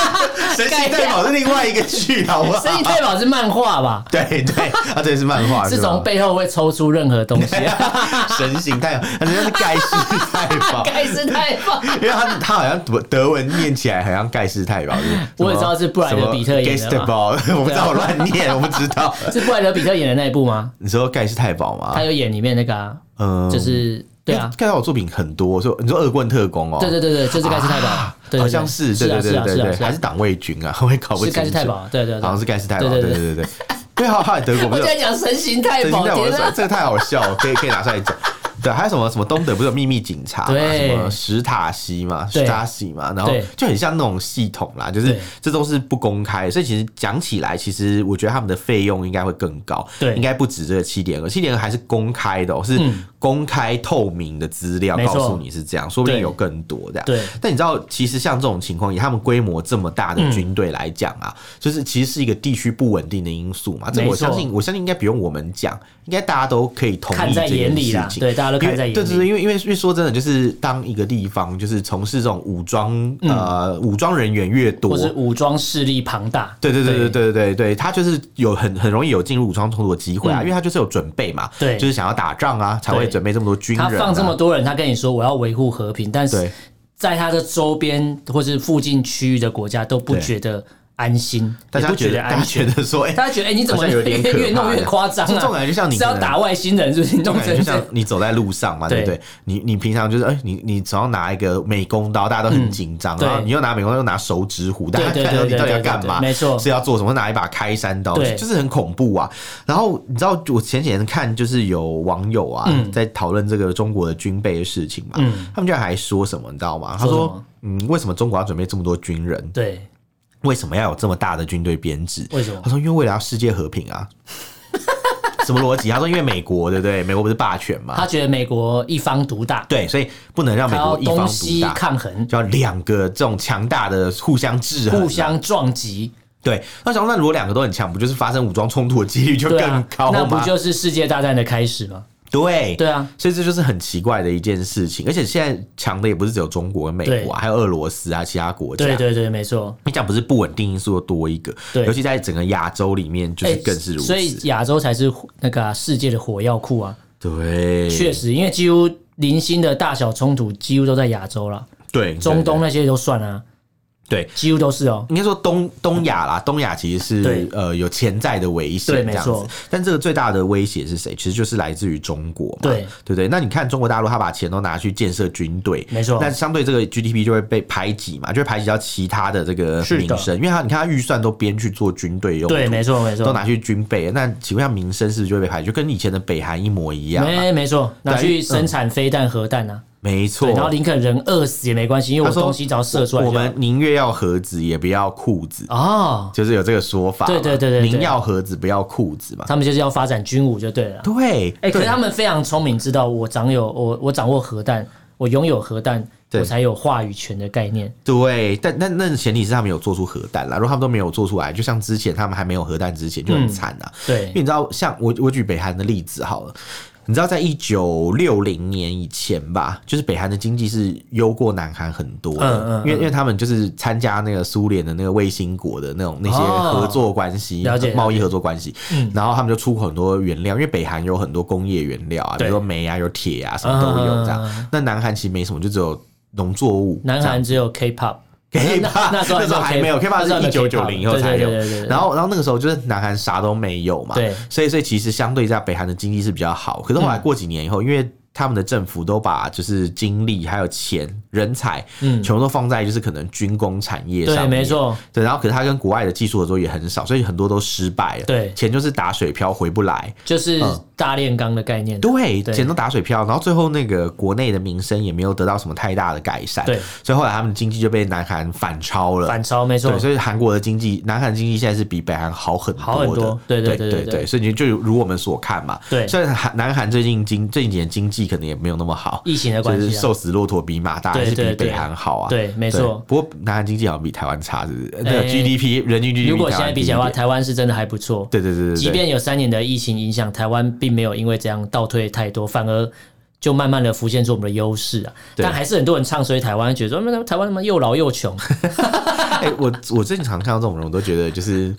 Speaker 2: 神行太
Speaker 1: <laughs>
Speaker 2: 保是另外一个剧，好不好？
Speaker 1: 生意太保是漫画吧？
Speaker 2: <laughs> 对对，啊，这也是漫画，
Speaker 1: 是
Speaker 2: 是吧
Speaker 1: 从背后会抽出任何东西，啊
Speaker 2: <laughs> 神行太保，人家是盖世太保。
Speaker 1: <laughs> 盖世太保。
Speaker 2: 因为他他好像德德文念起来好像盖世太保，就是
Speaker 1: 我也知道是布莱德比特演的嘛啊
Speaker 2: g e s t a b
Speaker 1: <laughs>
Speaker 2: o 我不知道我乱念，我不知道。
Speaker 1: 是布莱德比特演的那一部吗？
Speaker 2: 你说盖世太保吗
Speaker 1: 他？有演里面那个啊，
Speaker 2: 嗯，
Speaker 1: 就是对啊，
Speaker 2: 盖世太保作品很多，说你说恶棍特工哦，
Speaker 1: 对对对对，就是盖世太保，对，对对
Speaker 2: 好像是，
Speaker 1: 是
Speaker 2: 对
Speaker 1: 啊是
Speaker 2: 对对
Speaker 1: 啊
Speaker 2: 对
Speaker 1: 是啊
Speaker 2: 对，
Speaker 1: 是
Speaker 2: 还
Speaker 1: 啊
Speaker 2: 是，党卫军啊，我 <laughs> 也搞不
Speaker 1: 是
Speaker 2: 清楚。
Speaker 1: 盖世太保，对对
Speaker 2: 好像
Speaker 1: 对。
Speaker 2: 是盖世太保，
Speaker 1: 对对
Speaker 2: 对对
Speaker 1: 对
Speaker 2: 对对。对，好，后来德国不
Speaker 1: 我 <laughs>
Speaker 2: 是有
Speaker 1: 在讲神行太
Speaker 2: 神
Speaker 1: 保，
Speaker 2: 行太保
Speaker 1: 天
Speaker 2: 的时候，
Speaker 1: 啊！
Speaker 2: 这个太好笑了，可以可以拿出
Speaker 1: <laughs>
Speaker 2: 来讲。对，还有什么什么东德不是有秘密警察嘛，
Speaker 1: 对
Speaker 2: 什么史塔西嘛，
Speaker 1: 对
Speaker 2: 史塔西嘛，然后
Speaker 1: 对
Speaker 2: 就很像那种系统啦，就是
Speaker 1: 对
Speaker 2: 这都是不公开，所以其实讲起来，其实我觉得他们的费用应该会更高，
Speaker 1: 对嗯
Speaker 2: 应该不止这个七点二，七点二还是公开的、哦，是公开透明的资料
Speaker 1: 没错
Speaker 2: 告诉你是这样，说不定
Speaker 1: 对
Speaker 2: 有更多这样。
Speaker 1: 对
Speaker 2: 但你知道，其实像这种情况，以他们规模这么大
Speaker 1: 嗯
Speaker 2: 的军队来讲啊，就是其实是一个地区不稳定的因素嘛。这个我
Speaker 1: 没错
Speaker 2: 相信，我相信应该不用我们讲，应该大家都可以同
Speaker 1: 看
Speaker 2: 意这
Speaker 1: 在眼
Speaker 2: 件
Speaker 1: 里
Speaker 2: 事
Speaker 1: 啦，
Speaker 2: 情。
Speaker 1: 对，大家都看在眼
Speaker 2: 因为对
Speaker 1: 里。
Speaker 2: 对对，因为因为因为说真的，就是当一个地方就是从事这种武装呃武装人员越多
Speaker 1: 或，是武装势力庞大，
Speaker 2: 对对对对对对对，他就是有很很容易有进入武装冲突的机会啊，
Speaker 1: 嗯
Speaker 2: 因为他就是有准备嘛，
Speaker 1: 对
Speaker 2: 就是想要打仗啊，才会
Speaker 1: 对
Speaker 2: 准备这么多军人、
Speaker 1: 他
Speaker 2: 啊，
Speaker 1: 放这么多人，他跟你说我要维护和平，但是
Speaker 2: 对
Speaker 1: 在他的周边或是附近区域的国家都不
Speaker 2: 对
Speaker 1: 觉得安心，
Speaker 2: 大
Speaker 1: 也
Speaker 2: 家
Speaker 1: 不
Speaker 2: 觉
Speaker 1: 觉
Speaker 2: 得
Speaker 1: 得
Speaker 2: 大家
Speaker 1: 安
Speaker 2: 觉
Speaker 1: 全。
Speaker 2: 得说，哎、
Speaker 1: 大家觉得，哎、你怎么
Speaker 2: 好像有点可
Speaker 1: <laughs>
Speaker 2: 怕
Speaker 1: 越弄越夸张
Speaker 2: 这
Speaker 1: 啊？
Speaker 2: 种感觉像你
Speaker 1: 是要
Speaker 2: 可能
Speaker 1: 打外星人，是不是？你弄
Speaker 2: 感觉
Speaker 1: 成
Speaker 2: 就
Speaker 1: 这
Speaker 2: 像
Speaker 1: 样，
Speaker 2: 你走在路上嘛，对不
Speaker 1: 对
Speaker 2: 对？你你平常就是哎、你你手上拿一个美工刀，大家都很紧张，
Speaker 1: 嗯对
Speaker 2: 然后你又拿美工刀，又拿手指虎，大家
Speaker 1: 对对
Speaker 2: 看到
Speaker 1: 对
Speaker 2: 你到底
Speaker 1: 对
Speaker 2: 要
Speaker 1: 对
Speaker 2: 干
Speaker 1: 对
Speaker 2: 嘛？
Speaker 1: 没错
Speaker 2: 是要做什么？拿一把开山刀，
Speaker 1: 对
Speaker 2: 就是很恐怖啊。然后你知道，我前几天看就是有网友啊、
Speaker 1: 嗯
Speaker 2: 在讨论这个中国的军备的事情嘛，他们居然还说什么，你知道吗？他
Speaker 1: 说什
Speaker 2: 说
Speaker 1: 么，
Speaker 2: 嗯，为什么中国要准备这么多军人？
Speaker 1: 对，
Speaker 2: 为什么要有这么大的军队编制？
Speaker 1: 为什么
Speaker 2: 他说，因为为了要世界和平啊。 <laughs> 什么逻辑？他说，因为美国对不对？美国不是霸权嘛？
Speaker 1: 他觉得美国一方独大，
Speaker 2: 对，所以不能让
Speaker 1: 他
Speaker 2: 美
Speaker 1: 要
Speaker 2: 国一方
Speaker 1: 东
Speaker 2: 独
Speaker 1: 西
Speaker 2: 大，
Speaker 1: 抗衡，
Speaker 2: 就要两个这种强大的互相制衡啊，
Speaker 1: 互相撞击，
Speaker 2: 对。那想说，那如果两个都很强，不就是发生武装冲突的几率就
Speaker 1: 对
Speaker 2: 更
Speaker 1: 啊，
Speaker 2: 高
Speaker 1: 那不
Speaker 2: 吗？
Speaker 1: 就是世界大战的开始吗？
Speaker 2: 对
Speaker 1: 对啊，
Speaker 2: 所以这就是很奇怪的一件事情。而且现在强的也不是只有中国跟美国、啊，还有俄罗斯啊，其他国家。
Speaker 1: 对对对，没错。
Speaker 2: 你讲不是不稳定因素又多一个，
Speaker 1: 对
Speaker 2: 尤其在整个亚洲里面，就是
Speaker 1: 哎
Speaker 2: 更是如此。
Speaker 1: 所以亚洲才是那个啊、世界的火药库啊，
Speaker 2: 对，
Speaker 1: 确实，因为几乎零星的大小冲突几乎都在亚洲了，
Speaker 2: 对
Speaker 1: 中东那些都算啊，
Speaker 2: 对，
Speaker 1: 几乎都是哦。
Speaker 2: 应该说东东亚啦，东亚其实
Speaker 1: 对
Speaker 2: 是呃有潜在的危
Speaker 1: 对
Speaker 2: 险
Speaker 1: 没
Speaker 2: 这样
Speaker 1: 错
Speaker 2: 子，但这个最大的威胁是谁？其实就是来自于中国嘛，
Speaker 1: 对
Speaker 2: 对不对？那你看中国大陆，他把钱都拿去建设军队，
Speaker 1: 没错
Speaker 2: 那相对这个 GDP 就会被排挤嘛，就会排挤到其他的这个
Speaker 1: 是的
Speaker 2: 民生，因为他你看他预算都编去做军队用途，
Speaker 1: 对，没错，没
Speaker 2: 都
Speaker 1: 错，
Speaker 2: 拿去军备，那请问一下民生是不是就会被排挤？就跟以前的北韩一模一样嘛，
Speaker 1: 没没错，拿
Speaker 2: 对
Speaker 1: 去生产飞弹、核弹啊，
Speaker 2: 没
Speaker 1: 对，然后
Speaker 2: 错。
Speaker 1: 林肯人饿死也没关系，因为
Speaker 2: 他
Speaker 1: 我
Speaker 2: 说
Speaker 1: 东西只要射出来
Speaker 2: 我
Speaker 1: 就好
Speaker 2: 们宁愿要盒子，也不要裤子。
Speaker 1: 哦，
Speaker 2: 就是有这个说法嘛，
Speaker 1: 对对对对对
Speaker 2: 宁要盒子不要裤子嘛。
Speaker 1: 他们就是要发展军武就对了啦。
Speaker 2: 对，
Speaker 1: 哎、可
Speaker 2: 对
Speaker 1: 是他们非常聪明，知道我掌有我我掌握核弹，我拥有核弹，
Speaker 2: 对
Speaker 1: 我才有话语权的概念。
Speaker 2: 对，但但那前提是他们有做出核弹啦，如果他们都没有做出来，就像之前他们还没有核弹之前
Speaker 1: 嗯
Speaker 2: 就很惨啊。
Speaker 1: 对
Speaker 2: 因为，你知道，像我我举北韩的例子好了。你知道，在一九六零年以前吧，就是北韩的经济是优过南韩很多的，
Speaker 1: 嗯嗯嗯
Speaker 2: 因为因为他们就是参加那个苏联的那个卫星国的那种那些
Speaker 1: 哦
Speaker 2: 合作关系、
Speaker 1: 了解嗯
Speaker 2: 贸易合作关系，然后他们就出口很多原料，因为北韩有很多工业原料啊，比
Speaker 1: 对
Speaker 2: 如说煤啊、有铁啊，什么都有这样。
Speaker 1: 嗯嗯嗯
Speaker 2: 那南韩其实没什么，就只有农作物这样。
Speaker 1: 南韩只有
Speaker 2: <laughs>
Speaker 1: K-pop。
Speaker 2: K-pop
Speaker 1: 那那时候
Speaker 2: 那时候还没有
Speaker 1: K-pop，
Speaker 2: K-pop 是
Speaker 1: 那时候
Speaker 2: 1990
Speaker 1: K-pop
Speaker 2: 以后才有
Speaker 1: 对对对对对
Speaker 2: 然后，然后那个时候就是南韩啥都没有嘛，
Speaker 1: 对
Speaker 2: 所以所以其实相对在北韩的经济是比较好。可是后来过几年以后，因为他们的政府都把就是精力还有钱、人才，
Speaker 1: 嗯
Speaker 2: 全部都放在就是可能军工产业上
Speaker 1: 对，
Speaker 2: 面，
Speaker 1: 没。错，
Speaker 2: 对，然后可是他跟国外的技术合作也很少，所以很多都失败了。
Speaker 1: 对
Speaker 2: 钱就是打水漂回不来。
Speaker 1: 就是
Speaker 2: 嗯
Speaker 1: 大炼钢的概念。
Speaker 2: 对，
Speaker 1: 对
Speaker 2: 钱都打水漂，然后最后那个国内的民生也没有得到什么太大的改善。
Speaker 1: 对，
Speaker 2: 所以后来他们的经济就被南韩反超了。
Speaker 1: 反超没错
Speaker 2: 对，，所以韩国的经济，南韩的经济现在是比北韩好很多的，
Speaker 1: 好很多对对
Speaker 2: 对
Speaker 1: 对对
Speaker 2: 对
Speaker 1: 对
Speaker 2: 所以你就如我们所看嘛，
Speaker 1: 对
Speaker 2: 虽然韩南韩最近经这几年经济可能也没有那么好，
Speaker 1: 疫情的
Speaker 2: 就
Speaker 1: 关
Speaker 2: 是
Speaker 1: 系啊。
Speaker 2: 瘦死骆驼比马大，
Speaker 1: 对
Speaker 2: 还是
Speaker 1: 对
Speaker 2: 比
Speaker 1: 对
Speaker 2: 北韩好啊？
Speaker 1: 对没错
Speaker 2: 对不过南韩经济好像比台湾差，是不是？那个
Speaker 1: 诶
Speaker 2: GDP 人均 GDP
Speaker 1: 如果现在比起来的话，
Speaker 2: 台湾
Speaker 1: 台湾是真的还不错。
Speaker 2: 低一点对对对对，对
Speaker 1: 即便有三年的疫情影响，台湾并没有因为这样倒退太多，反而就慢慢的浮现出我们的优势啊。
Speaker 2: 对
Speaker 1: 但还是很多人唱衰台湾，觉得说嗯那台湾他妈又老又穷，
Speaker 2: 哎、我我最近常看到这种人，我都觉得就是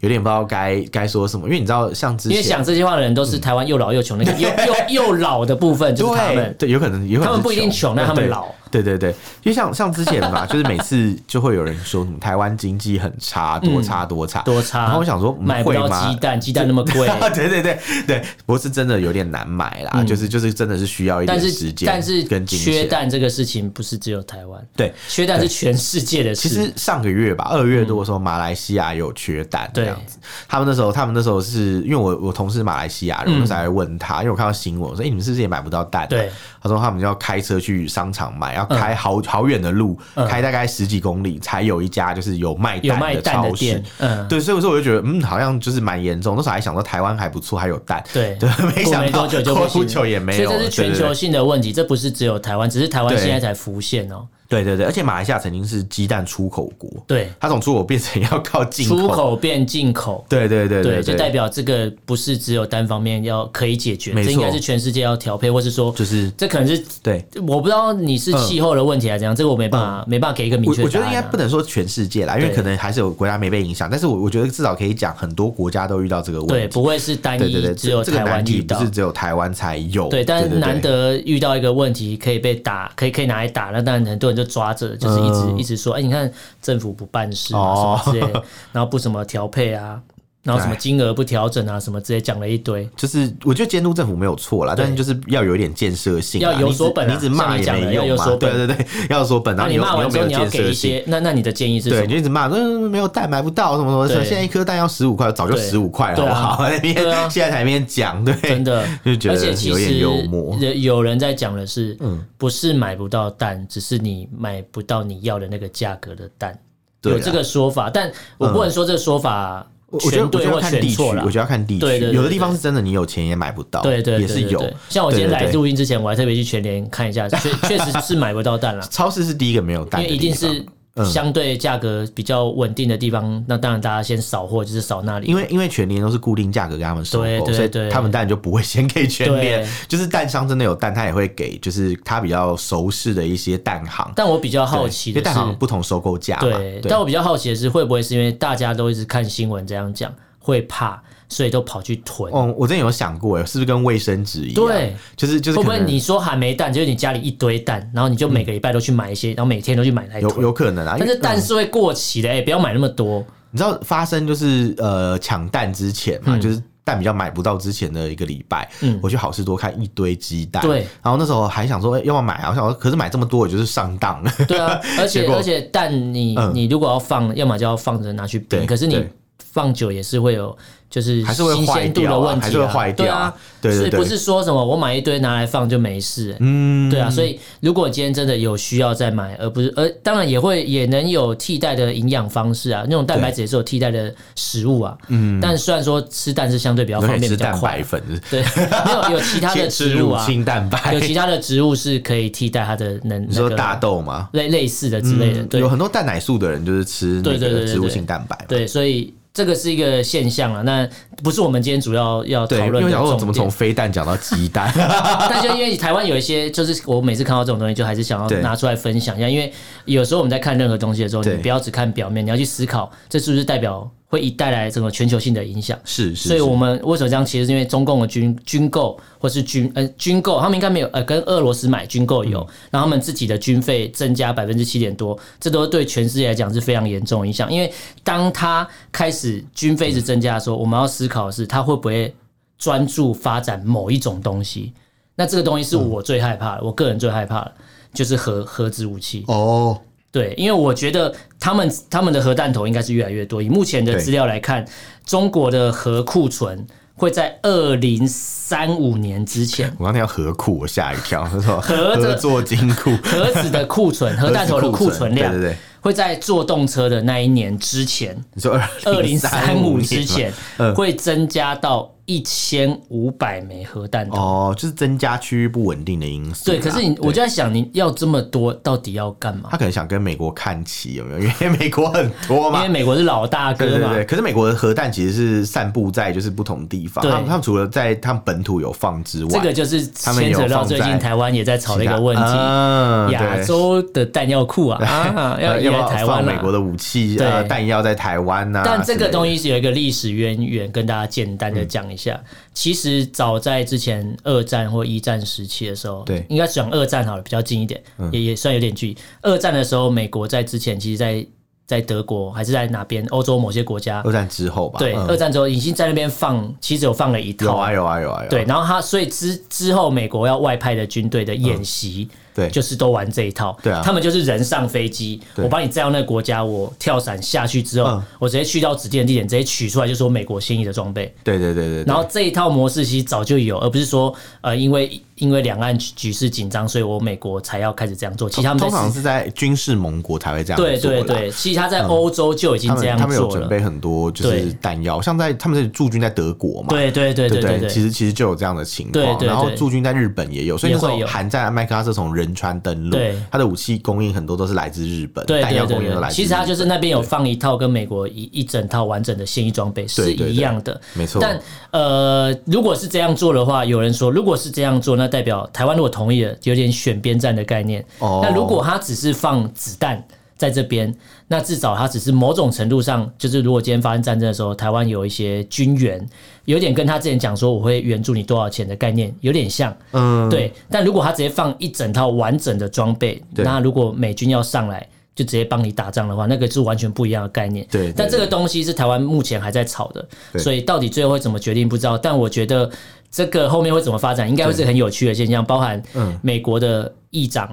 Speaker 2: 有点不知道该该说什么，因为你知道，像之
Speaker 1: 因为
Speaker 2: 前嗯
Speaker 1: 想这些话的人都是台湾又老又穷那个 <laughs> 又又又老的部分，就是他
Speaker 2: 对
Speaker 1: 们。
Speaker 2: 对，有可能有可能
Speaker 1: 他们
Speaker 2: 是
Speaker 1: 不一定穷但他们
Speaker 2: 对
Speaker 1: 老。
Speaker 2: 对对对，因为像像之前嘛，就是每次就会有人说什么台湾经济很差，多差多差。
Speaker 1: 嗯多差。
Speaker 2: 然后我想说嗯
Speaker 1: 买不到
Speaker 2: 会吗
Speaker 1: 鸡蛋，鸡蛋那么
Speaker 2: <laughs>
Speaker 1: 贵。嗯
Speaker 2: 对对对对，不过是真的有点难买啦，就是就是真的是需要一
Speaker 1: 但
Speaker 2: 点
Speaker 1: 是
Speaker 2: 时间，
Speaker 1: 但是
Speaker 2: 跟金
Speaker 1: 缺
Speaker 2: 钱。
Speaker 1: 蛋这个事情不是只有台湾，
Speaker 2: 对，
Speaker 1: 缺蛋是全世界的事。
Speaker 2: 其实上个月吧，二月多的时候，马来西亚有缺蛋这
Speaker 1: 嗯对
Speaker 2: 样子。他们那时候，他们那时候是因为我我同事马来西亚人，我那时候还问他，因为我看到新闻，我说：“哎、你们是不是也买不到蛋、啊？”
Speaker 1: 嗯对，嗯
Speaker 2: 他说他们就要开车去商场买，要开好好远的路，开大概十几公里才有一家就是有卖
Speaker 1: 有
Speaker 2: 蛋
Speaker 1: 卖蛋的
Speaker 2: 超市
Speaker 1: 店。，嗯，
Speaker 2: 对，所以我说我就觉得，嗯，好像就是蛮严重。那时候还想说台湾还不错，还有蛋。
Speaker 1: 对
Speaker 2: <laughs> 对，没
Speaker 1: 过
Speaker 2: 想
Speaker 1: 没
Speaker 2: 到
Speaker 1: 多久就
Speaker 2: 过
Speaker 1: 不行了
Speaker 2: 久也没有
Speaker 1: 所以这
Speaker 2: 了。
Speaker 1: 是全
Speaker 2: 对对
Speaker 1: 球
Speaker 2: 对
Speaker 1: 性的问题，这不是只有台湾，只是台湾
Speaker 2: 对
Speaker 1: 现在才浮现哦。
Speaker 2: 对对对，而且马来西亚曾经是鸡蛋出口国，
Speaker 1: 对，
Speaker 2: 它从出口变成要靠进
Speaker 1: 出口变进口，
Speaker 2: 对对对
Speaker 1: 对，
Speaker 2: 对，
Speaker 1: 就代表这个不是只有单方面要可以解决，
Speaker 2: 没
Speaker 1: 这
Speaker 2: 错
Speaker 1: 应该是全世界要调配，或是说，
Speaker 2: 就是
Speaker 1: 这可能是
Speaker 2: 对。
Speaker 1: 我不知道你是气候的问题还是怎样，这个我没办法没办法给一个明
Speaker 2: 我
Speaker 1: 确
Speaker 2: 嗯我
Speaker 1: 答
Speaker 2: 觉
Speaker 1: 案啊。
Speaker 2: 得应该不能说全世界啦，因为
Speaker 1: 对
Speaker 2: 可能还是有国家没被影响，但是我我觉得至少可以讲很多国家都遇到这个
Speaker 1: 对，
Speaker 2: 问题。
Speaker 1: 不会是单
Speaker 2: 对对
Speaker 1: 一
Speaker 2: 对，
Speaker 1: 只有
Speaker 2: 这这个
Speaker 1: 台
Speaker 2: 难
Speaker 1: 湾
Speaker 2: 题
Speaker 1: 遇
Speaker 2: 不
Speaker 1: 到
Speaker 2: 是。只有台湾才有。
Speaker 1: 对，但是难
Speaker 2: 对
Speaker 1: 得遇到一个问题可以被打，可以可以拿来打，那当然很多人就抓着，就是一直、
Speaker 2: 嗯
Speaker 1: 一直说，哎、你看政府不办事啊、
Speaker 2: 哦哎
Speaker 1: 什么之类的，然后不怎么调配啊，然后什么金额不调整啊，什么之类讲了一堆。
Speaker 2: 就是我觉得监督政府没有错啦，
Speaker 1: 对
Speaker 2: 但是就是要有一点建设性啦，
Speaker 1: 要有所本啊
Speaker 2: 你只你只骂
Speaker 1: 像你
Speaker 2: 也
Speaker 1: 讲的
Speaker 2: 没
Speaker 1: 要有
Speaker 2: 用嘛。
Speaker 1: 所本
Speaker 2: 对对对，要有所本，然
Speaker 1: 那
Speaker 2: 后
Speaker 1: 你
Speaker 2: 又
Speaker 1: 骂完
Speaker 2: 又
Speaker 1: 之后，
Speaker 2: 没有
Speaker 1: 你要
Speaker 2: 建
Speaker 1: 给
Speaker 2: 设
Speaker 1: 一
Speaker 2: 性。
Speaker 1: 些，那那你的建议是什
Speaker 2: 对，
Speaker 1: 么
Speaker 2: 你？就一直骂，嗯，没有蛋买不到什么什么，
Speaker 1: 对
Speaker 2: 现在一颗蛋要十五块，早就
Speaker 1: 对
Speaker 2: 十五块了，
Speaker 1: 对啊
Speaker 2: 好不好？那边
Speaker 1: 对啊
Speaker 2: 现在台面讲，对，
Speaker 1: 真的，
Speaker 2: <laughs> 就觉
Speaker 1: 而
Speaker 2: 得
Speaker 1: 且其
Speaker 2: 有
Speaker 1: 实
Speaker 2: 点幽默。嗯
Speaker 1: 有有人在讲的是，不是买不到蛋，只是你买不到你要的那个价格的蛋，
Speaker 2: 对
Speaker 1: 有
Speaker 2: 啊嗯
Speaker 1: 这个说法，但我不能说这个说法
Speaker 2: 我我觉得
Speaker 1: 全
Speaker 2: 我觉
Speaker 1: 对
Speaker 2: 得要
Speaker 1: 或
Speaker 2: 看
Speaker 1: 全
Speaker 2: 地区，
Speaker 1: 错了
Speaker 2: 我。觉得要看地
Speaker 1: 对对对
Speaker 2: 区，
Speaker 1: 对
Speaker 2: 有的地方是真的你有钱也买不到，
Speaker 1: 对对，
Speaker 2: 也
Speaker 1: 对
Speaker 2: 是
Speaker 1: 对
Speaker 2: 有
Speaker 1: 对。像我今天
Speaker 2: 对对
Speaker 1: 来
Speaker 2: 对
Speaker 1: 录音之前，我还特别去全联看一下，
Speaker 2: <laughs>
Speaker 1: 确确实是买不到蛋啦，
Speaker 2: 超市是第一个没有
Speaker 1: 因
Speaker 2: <laughs> 蛋
Speaker 1: 为
Speaker 2: 的地方，嗯
Speaker 1: 一定是相对价格比较稳定的地方，那当然大家先扫货就是扫那里，
Speaker 2: 因为因为全年都是固定价格给他们收
Speaker 1: 对
Speaker 2: 购，
Speaker 1: 对
Speaker 2: 所以
Speaker 1: 对
Speaker 2: 他们当然就不会先给全年
Speaker 1: 对，
Speaker 2: 就是蛋商真的有蛋，他也会给，就是他比较熟识的一些蛋行。
Speaker 1: 但我比较好
Speaker 2: 对
Speaker 1: 奇
Speaker 2: 因为
Speaker 1: 的
Speaker 2: 蛋
Speaker 1: 是，
Speaker 2: 行有不同收购价嘛，
Speaker 1: 对，但我比较好奇的是，会不会是因为大家都一直看新闻这样讲，会怕，所以都跑去囤？
Speaker 2: 哦，我之前有想过，是不是跟卫生纸一样？
Speaker 1: 对，
Speaker 2: 就是就是
Speaker 1: 会不
Speaker 2: 可
Speaker 1: 会
Speaker 2: 能
Speaker 1: 你说还没蛋，就是你家里一堆蛋，然后你就每个礼拜都去买一些，然后每天都去买来
Speaker 2: 有
Speaker 1: 囤？
Speaker 2: 有可能啊？因
Speaker 1: 但
Speaker 2: 为
Speaker 1: 是蛋是会过期的，哎、不要买那么多。
Speaker 2: 你知道发生就是呃抢蛋之前
Speaker 1: 嗯
Speaker 2: 嘛，就是。蛋比较买不到之前的一个礼拜，我去好事多看一堆鸡蛋，
Speaker 1: 对
Speaker 2: 然后那时候还想说、哎要不要买啊？我想说，可是买这么多，我就是上
Speaker 1: <laughs>
Speaker 2: 当了。
Speaker 1: 对
Speaker 2: <laughs>
Speaker 1: 啊，而且
Speaker 2: 结果
Speaker 1: 而且蛋你、
Speaker 2: 嗯
Speaker 1: 你如果要放，要么就要放着拿去冰，
Speaker 2: 对
Speaker 1: 可是你
Speaker 2: 对
Speaker 1: 放久也是会有就是
Speaker 2: 还是会
Speaker 1: 新
Speaker 2: 坏
Speaker 1: 鲜度
Speaker 2: 掉
Speaker 1: 的
Speaker 2: 啊
Speaker 1: 问题、啊，
Speaker 2: 还是会坏
Speaker 1: 对
Speaker 2: 掉
Speaker 1: 啊
Speaker 2: 啊，对对
Speaker 1: 所以
Speaker 2: 对
Speaker 1: 不是说什么我买一堆拿来放就没事、哎
Speaker 2: 嗯，
Speaker 1: 对啊，所以如果今天真的有需要再买，而不是而当然也会也能有替代的营养方式啊，那种蛋白质也是有替代的食物啊。嗯，但虽然说吃蛋是相对比较
Speaker 2: 你都
Speaker 1: 方
Speaker 2: 可以
Speaker 1: 便、
Speaker 2: 哎吃
Speaker 1: 比较
Speaker 2: 蛋
Speaker 1: 快
Speaker 2: 白，粉，
Speaker 1: 对，没有有其他
Speaker 2: <laughs>
Speaker 1: 的
Speaker 2: 先吃
Speaker 1: 植物
Speaker 2: 乳
Speaker 1: 啊，
Speaker 2: 清蛋白。
Speaker 1: 有其他的植物是可以替代它的能
Speaker 2: <laughs> 你
Speaker 1: 那
Speaker 2: 说
Speaker 1: 个
Speaker 2: 大豆吗？
Speaker 1: 类类似的之类的，
Speaker 2: 嗯
Speaker 1: 对
Speaker 2: 有很多蛋奶素的人就是吃那
Speaker 1: 对对对
Speaker 2: 个
Speaker 1: 对
Speaker 2: 植物性蛋白嘛。
Speaker 1: 对，所以这个是一个现象啊，那不是我们今天主要要
Speaker 2: 对，
Speaker 1: 讨
Speaker 2: 因
Speaker 1: 论
Speaker 2: 为
Speaker 1: 的
Speaker 2: 想说怎
Speaker 1: 重
Speaker 2: 么从
Speaker 1: 点。
Speaker 2: 飞蛋讲到鸡蛋， <laughs>
Speaker 1: <laughs> 但就因为台湾有一些，就是我每次看到这种东西，就还是想要
Speaker 2: 对
Speaker 1: 拿出来分享一下，因为有时候我们在看任何东西的时候，你
Speaker 2: 对
Speaker 1: 不要只看表面，你要去思考这是不是代表会一带来整个全球性的影响。
Speaker 2: 是是，
Speaker 1: 所以
Speaker 2: 是
Speaker 1: 我们为什么这样？其实是因为中共的军军购或是军呃军购，他们应该没有呃跟俄罗斯买军购有，然后他们自己的军费增加百分之七点多，这都对全世界来讲是非常严重的影响。因为当他开始军费一直增加的时候，我们要思考的是他会不会专注发展某一种东西。那这个东西是我最害怕的，我个人最害怕的就是核核子武器。
Speaker 2: 哦，
Speaker 1: 对，因为我觉得他们他们的核弹头应该是越来越多。以目前的
Speaker 2: 对
Speaker 1: 资料来看，中国的核库存会在二零三五年之前
Speaker 2: <laughs> ，我刚才要合库，我吓一
Speaker 1: <laughs>
Speaker 2: 跳，他说
Speaker 1: 合着
Speaker 2: 合作金库，
Speaker 1: 核子的库存、核弹头的库存量
Speaker 2: 对对对，
Speaker 1: 会在坐动车的那一年之前，
Speaker 2: 你说
Speaker 1: 二零三五
Speaker 2: 2035
Speaker 1: 之
Speaker 2: 年嗯
Speaker 1: 前会增加到一千五百枚核弹
Speaker 2: 吗
Speaker 1: 头。
Speaker 2: 哦，啊就是增加区域不稳定的因素啦。
Speaker 1: 对，可是你我就在想，你要这么多，到底要干嘛
Speaker 2: 他？可能想跟美国看齐，有没 <laughs> 有？因为美国很多
Speaker 1: 因
Speaker 2: 嘛
Speaker 1: 为。美国是老大
Speaker 2: 对
Speaker 1: 哥
Speaker 2: 对
Speaker 1: 嘛，
Speaker 2: 对，可是美国的核弹其实是散布在就是不同地方，
Speaker 1: 对
Speaker 2: 他们他们除了在他们本土有放之外，
Speaker 1: 这个就是
Speaker 2: 他们
Speaker 1: 牵
Speaker 2: 有
Speaker 1: 扯到最
Speaker 2: 放
Speaker 1: 近
Speaker 2: 在
Speaker 1: 台湾也在吵的一个问题。
Speaker 2: 啊
Speaker 1: 亚
Speaker 2: 对
Speaker 1: 洲的弹药库啊，
Speaker 2: <laughs>
Speaker 1: 啊要
Speaker 2: 呃
Speaker 1: 移
Speaker 2: 要不
Speaker 1: 来
Speaker 2: 要
Speaker 1: 台湾
Speaker 2: 放
Speaker 1: 啦
Speaker 2: 美国的武器
Speaker 1: 对
Speaker 2: 呃弹药在台湾啊呐、
Speaker 1: 但这个东
Speaker 2: 西
Speaker 1: 西是有一个历史渊源，跟大家简单的
Speaker 2: 嗯
Speaker 1: 讲一下。其实早在之前二战或一战时期的时候，
Speaker 2: 对嗯
Speaker 1: 应该讲二战好了，比较近一点，也也算有点距离。二战的时候，美国在之前其实在，在德国还是在哪边欧洲某些国家，
Speaker 2: 二战之后吧，
Speaker 1: 对，
Speaker 2: 嗯
Speaker 1: 二战之后已经在那边放，其实有放了一套，
Speaker 2: 有啊有啊有啊有啊，
Speaker 1: 对，然后他所以之之后，美国要外派的军队的演习，
Speaker 2: 嗯对
Speaker 1: 就是都玩这一套。
Speaker 2: 对啊
Speaker 1: 他们就是人上飞机，
Speaker 2: 对
Speaker 1: 我把你载到那个国家，我跳伞下去之后，
Speaker 2: 嗯
Speaker 1: 我直接去到指定的地点，直接取出来就是我美国心仪的装备。
Speaker 2: 对对对对对，
Speaker 1: 然后这一套模式其实早就有，而不是说呃，因为因为两岸局局势紧张，所以我美国才要开始这样做。其实他们在
Speaker 2: 哦通常是在军事盟国才会这样做
Speaker 1: 对
Speaker 2: 啦嗯
Speaker 1: 对对，其实他在欧洲就已经
Speaker 2: 他
Speaker 1: 这
Speaker 2: 们
Speaker 1: 样
Speaker 2: 他们有
Speaker 1: 做
Speaker 2: 准
Speaker 1: 了。
Speaker 2: 备很多就是
Speaker 1: 对
Speaker 2: 弹药，像在他们是驻军在德国嘛，
Speaker 1: 对对对
Speaker 2: 对
Speaker 1: 对对
Speaker 2: 其实其实就有这样的情
Speaker 1: 对对
Speaker 2: 况，
Speaker 1: 对
Speaker 2: 然后驻军在日本也有，所以那时
Speaker 1: 也会
Speaker 2: 候
Speaker 1: 有
Speaker 2: 韩战麦克阿瑟从仁川登陆
Speaker 1: 对，
Speaker 2: 他的武器供应很多都是来自日本，
Speaker 1: 对
Speaker 2: 弹
Speaker 1: 对
Speaker 2: 药
Speaker 1: 对
Speaker 2: 供应都来
Speaker 1: 对，
Speaker 2: 自日本。
Speaker 1: 其实它就是那边有放一套跟美国一一整套完整的现役装备是
Speaker 2: 对对对
Speaker 1: 一样的，
Speaker 2: 没错
Speaker 1: 但呃，如果是这样做的话，有人说，如果是这样做，那代表台湾如果同意了，有点选边站的概念。
Speaker 2: 哦
Speaker 1: 那如果他只是放子弹。在这边，那至少他只是某种程度上，就是如果今天发生战争的时候，台湾有一些军援，有点跟他之前讲说我会援助你多少钱的概念有点像，
Speaker 2: 嗯，
Speaker 1: 对，但如果他直接放一整套完整的装备，
Speaker 2: 对
Speaker 1: 那如果美军要上来就直接帮你打仗的话，那个是完全不一样的概念。
Speaker 2: 对对
Speaker 1: 但这个东西是台湾目前还在吵的，
Speaker 2: 对
Speaker 1: 所以到底最后会怎么决定不知道。但我觉得这个后面会怎么发展，应该会是很有趣的现象，包含美国的议长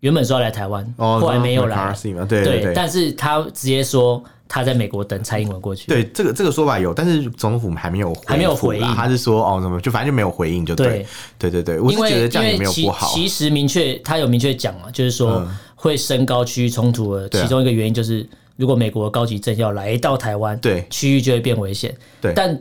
Speaker 1: 原本说要来台湾，
Speaker 2: 嗯哦，
Speaker 1: 后来没有来，
Speaker 2: McCarthy 嘛，对对。
Speaker 1: 但是他直接说他在美国等蔡英文过去。
Speaker 2: 对这个这个说法有，但是总统府还没有
Speaker 1: 还没有
Speaker 2: 复
Speaker 1: 回
Speaker 2: 啦
Speaker 1: 应
Speaker 2: 他是说哦什么，就反正就没有回应就对，对对对，我是
Speaker 1: 因为
Speaker 2: 觉得这样也
Speaker 1: 因为
Speaker 2: 没有
Speaker 1: 其
Speaker 2: 不好，啊嗯
Speaker 1: 其实明确，他有明确讲嘛，就是说会升高区域冲突的
Speaker 2: 对啊
Speaker 1: 其中一个原因就是，如果美国高级政要来到台湾，
Speaker 2: 对
Speaker 1: 区域就会变危险。
Speaker 2: 对
Speaker 1: 但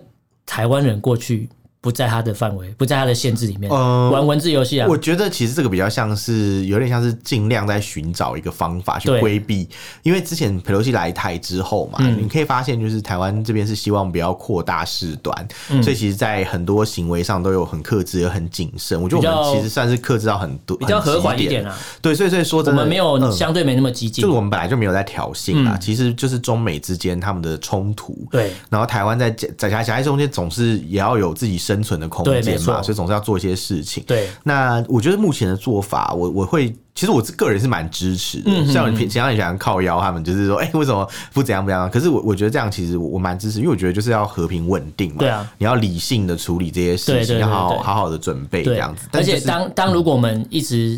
Speaker 1: 台湾人过去不在他的范围，不在他的限制里面，
Speaker 2: 呃
Speaker 1: 玩文字游戏啊
Speaker 2: 我。觉得其实这个比较像是有点像是尽量在寻找一个方法去
Speaker 1: 对
Speaker 2: 规避，因为之前佩洛西来台之后嘛，
Speaker 1: 嗯
Speaker 2: 你可以发现就是台湾这边是希望不要扩大事端，
Speaker 1: 嗯
Speaker 2: 所以其实，在很多行为上都有很克制、有很谨慎。我觉得我
Speaker 1: 比较
Speaker 2: 们其实算是克制到很多，
Speaker 1: 比较
Speaker 2: 很
Speaker 1: 和缓
Speaker 2: 极
Speaker 1: 一点啊，
Speaker 2: 对，所以所以说
Speaker 1: 我
Speaker 2: 真的，
Speaker 1: 们没有
Speaker 2: 嗯
Speaker 1: 相嗯对没那么激进
Speaker 2: 就是，我们本来就没有在挑衅啦，其实就是中美之间他们的冲突。
Speaker 1: 对
Speaker 2: 然后台湾在夹夹夹在中间，总是也要有自己生存的空
Speaker 1: 对没
Speaker 2: 间嘛，
Speaker 1: 错
Speaker 2: 所以总是要做一些事情。
Speaker 1: 对，
Speaker 2: 那我觉得目前的做法，我我会。其实我个人是蛮支持的，
Speaker 1: 嗯
Speaker 2: 像你平平常也喜欢靠腰，他们就是说，哎、为什么不怎样不怎样？可是我我觉得这样其实我我蛮支持，因为我觉得就是要和平稳定嘛，
Speaker 1: 对啊，
Speaker 2: 你要理性的处理这些事情，
Speaker 1: 对对对
Speaker 2: 要好
Speaker 1: 对
Speaker 2: 好好好的准备这
Speaker 1: 对
Speaker 2: 样子。，但
Speaker 1: 而且
Speaker 2: 就是
Speaker 1: 当当如果我们一直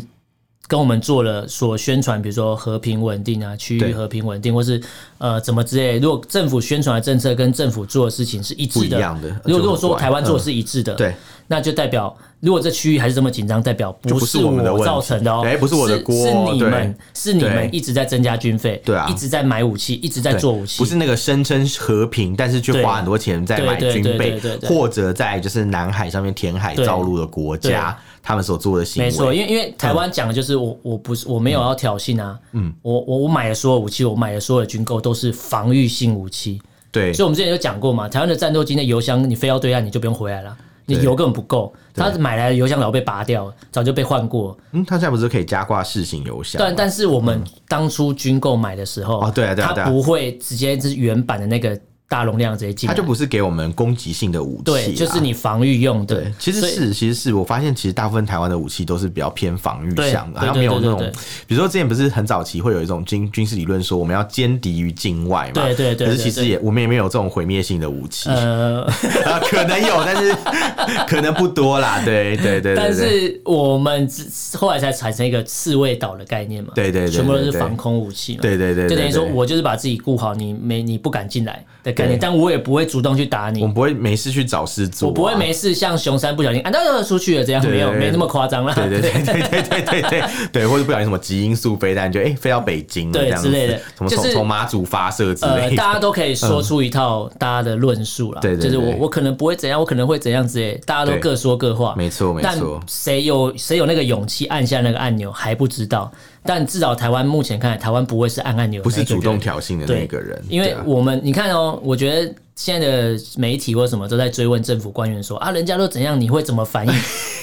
Speaker 1: 跟我们做了所宣传，比如说和平稳定啊、区
Speaker 2: 对
Speaker 1: 域和平稳定，或是呃怎么之类，如果政府宣传的政策跟政府做的事情是一致
Speaker 2: 不
Speaker 1: 的，
Speaker 2: 一样的
Speaker 1: 如果
Speaker 2: 就很
Speaker 1: 如果说
Speaker 2: 怪
Speaker 1: 台湾做的
Speaker 2: 嗯
Speaker 1: 是一致的，
Speaker 2: 对，
Speaker 1: 那就代表如果这区域还是这么紧张，代表
Speaker 2: 就不
Speaker 1: 不
Speaker 2: 是
Speaker 1: 是
Speaker 2: 我们的问题
Speaker 1: 造成的哦，
Speaker 2: 哎不是我的锅
Speaker 1: 是你
Speaker 2: 对
Speaker 1: 们是你们
Speaker 2: 对
Speaker 1: 一直在增加军费，
Speaker 2: 对啊
Speaker 1: 一直在买武器，一直在
Speaker 2: 对
Speaker 1: 做武器，
Speaker 2: 不是那个声称和平，但是却
Speaker 1: 对
Speaker 2: 花很多钱在买
Speaker 1: 对对
Speaker 2: 军
Speaker 1: 对
Speaker 2: 备
Speaker 1: 对对，对
Speaker 2: 或者在就是南海上面填海
Speaker 1: 对
Speaker 2: 造陆的国家，他们所做的行
Speaker 1: 没错，
Speaker 2: 为。
Speaker 1: 因为因为台湾讲的就是我我不是我没有要挑衅啊，嗯，我我我买的所有武器，我买的所有的军购都是防御性武器，
Speaker 2: 对
Speaker 1: 所以我们之前有讲过嘛，台湾的战斗机那油箱你非要对啊岸你就不用回来了，你
Speaker 2: 对
Speaker 1: 油根本不够，他买来的油箱早被拔掉了，早就被换过了，
Speaker 2: 嗯，他现在不是可以加挂视型邮箱吗？
Speaker 1: 但但是我们当初军购买的时候，
Speaker 2: 哦对啊对啊对啊
Speaker 1: 它不会直接是原版的那个大容量直接进
Speaker 2: 他
Speaker 1: 来，
Speaker 2: 就不是给我们攻击性的武器，
Speaker 1: 对，就是。你防御用的
Speaker 2: 对，，其实
Speaker 1: 所以
Speaker 2: 是，其实是我发现，其实大部分台湾的武器都是比较偏防御
Speaker 1: 对
Speaker 2: 向的，
Speaker 1: 对
Speaker 2: 好像
Speaker 1: 对
Speaker 2: 没有
Speaker 1: 对
Speaker 2: 那
Speaker 1: 对
Speaker 2: 种
Speaker 1: 对，
Speaker 2: 比如说之前不是很早期会有一种军军事理论说我们要歼敌于境外嘛，
Speaker 1: 对对对
Speaker 2: 可是
Speaker 1: 对
Speaker 2: 其实
Speaker 1: 对
Speaker 2: 也我们也没有这种毁灭性的武器，
Speaker 1: 呃。
Speaker 2: 啊，可能有，但是可能不多啦。对对对对对，
Speaker 1: 但是我们只后来才产生一个刺猬岛的概念嘛，
Speaker 2: 对对对对
Speaker 1: 全部都是防空武器嘛，
Speaker 2: 对对对对
Speaker 1: 就等于说
Speaker 2: 对
Speaker 1: 我就是把自己顾好，你没你不敢进来的概念，
Speaker 2: 对
Speaker 1: 但我也不会主动去打你
Speaker 2: 我，们不会没事去找事做、啊
Speaker 1: 我不会。没事像熊山不小心按到就出去了，这样
Speaker 2: 对对
Speaker 1: 没有
Speaker 2: 对对
Speaker 1: 没那么夸张啦，
Speaker 2: 对对对对对对对对对，或者不小心什么极音速飞弹，就哎、飞到北京了
Speaker 1: 对
Speaker 2: 这样子
Speaker 1: 之类的
Speaker 2: 什么
Speaker 1: 就
Speaker 2: 从
Speaker 1: 是
Speaker 2: 从马祖发射之
Speaker 1: 呃
Speaker 2: 类，的。
Speaker 1: 大家都可以说出一套大家的论述啦，
Speaker 2: 嗯对对
Speaker 1: 就
Speaker 2: 对
Speaker 1: 是我我可能不会怎样，我可能会怎样之类，大家都
Speaker 2: 对
Speaker 1: 各说各话，
Speaker 2: 没错没
Speaker 1: 但
Speaker 2: 错
Speaker 1: 谁有谁有那个勇气按下那个按钮还不知道，但至少台湾目前看来，台湾不会是按按钮的
Speaker 2: 不
Speaker 1: 那
Speaker 2: 是
Speaker 1: 一个人，
Speaker 2: 主动挑衅的
Speaker 1: 哎对
Speaker 2: 那个人，
Speaker 1: 因为
Speaker 2: 对啊
Speaker 1: 我们你看哦，我觉得现在的媒体或什么都在追问政府官员说啊，人家都怎样，你会怎么
Speaker 2: <laughs>
Speaker 1: 反应？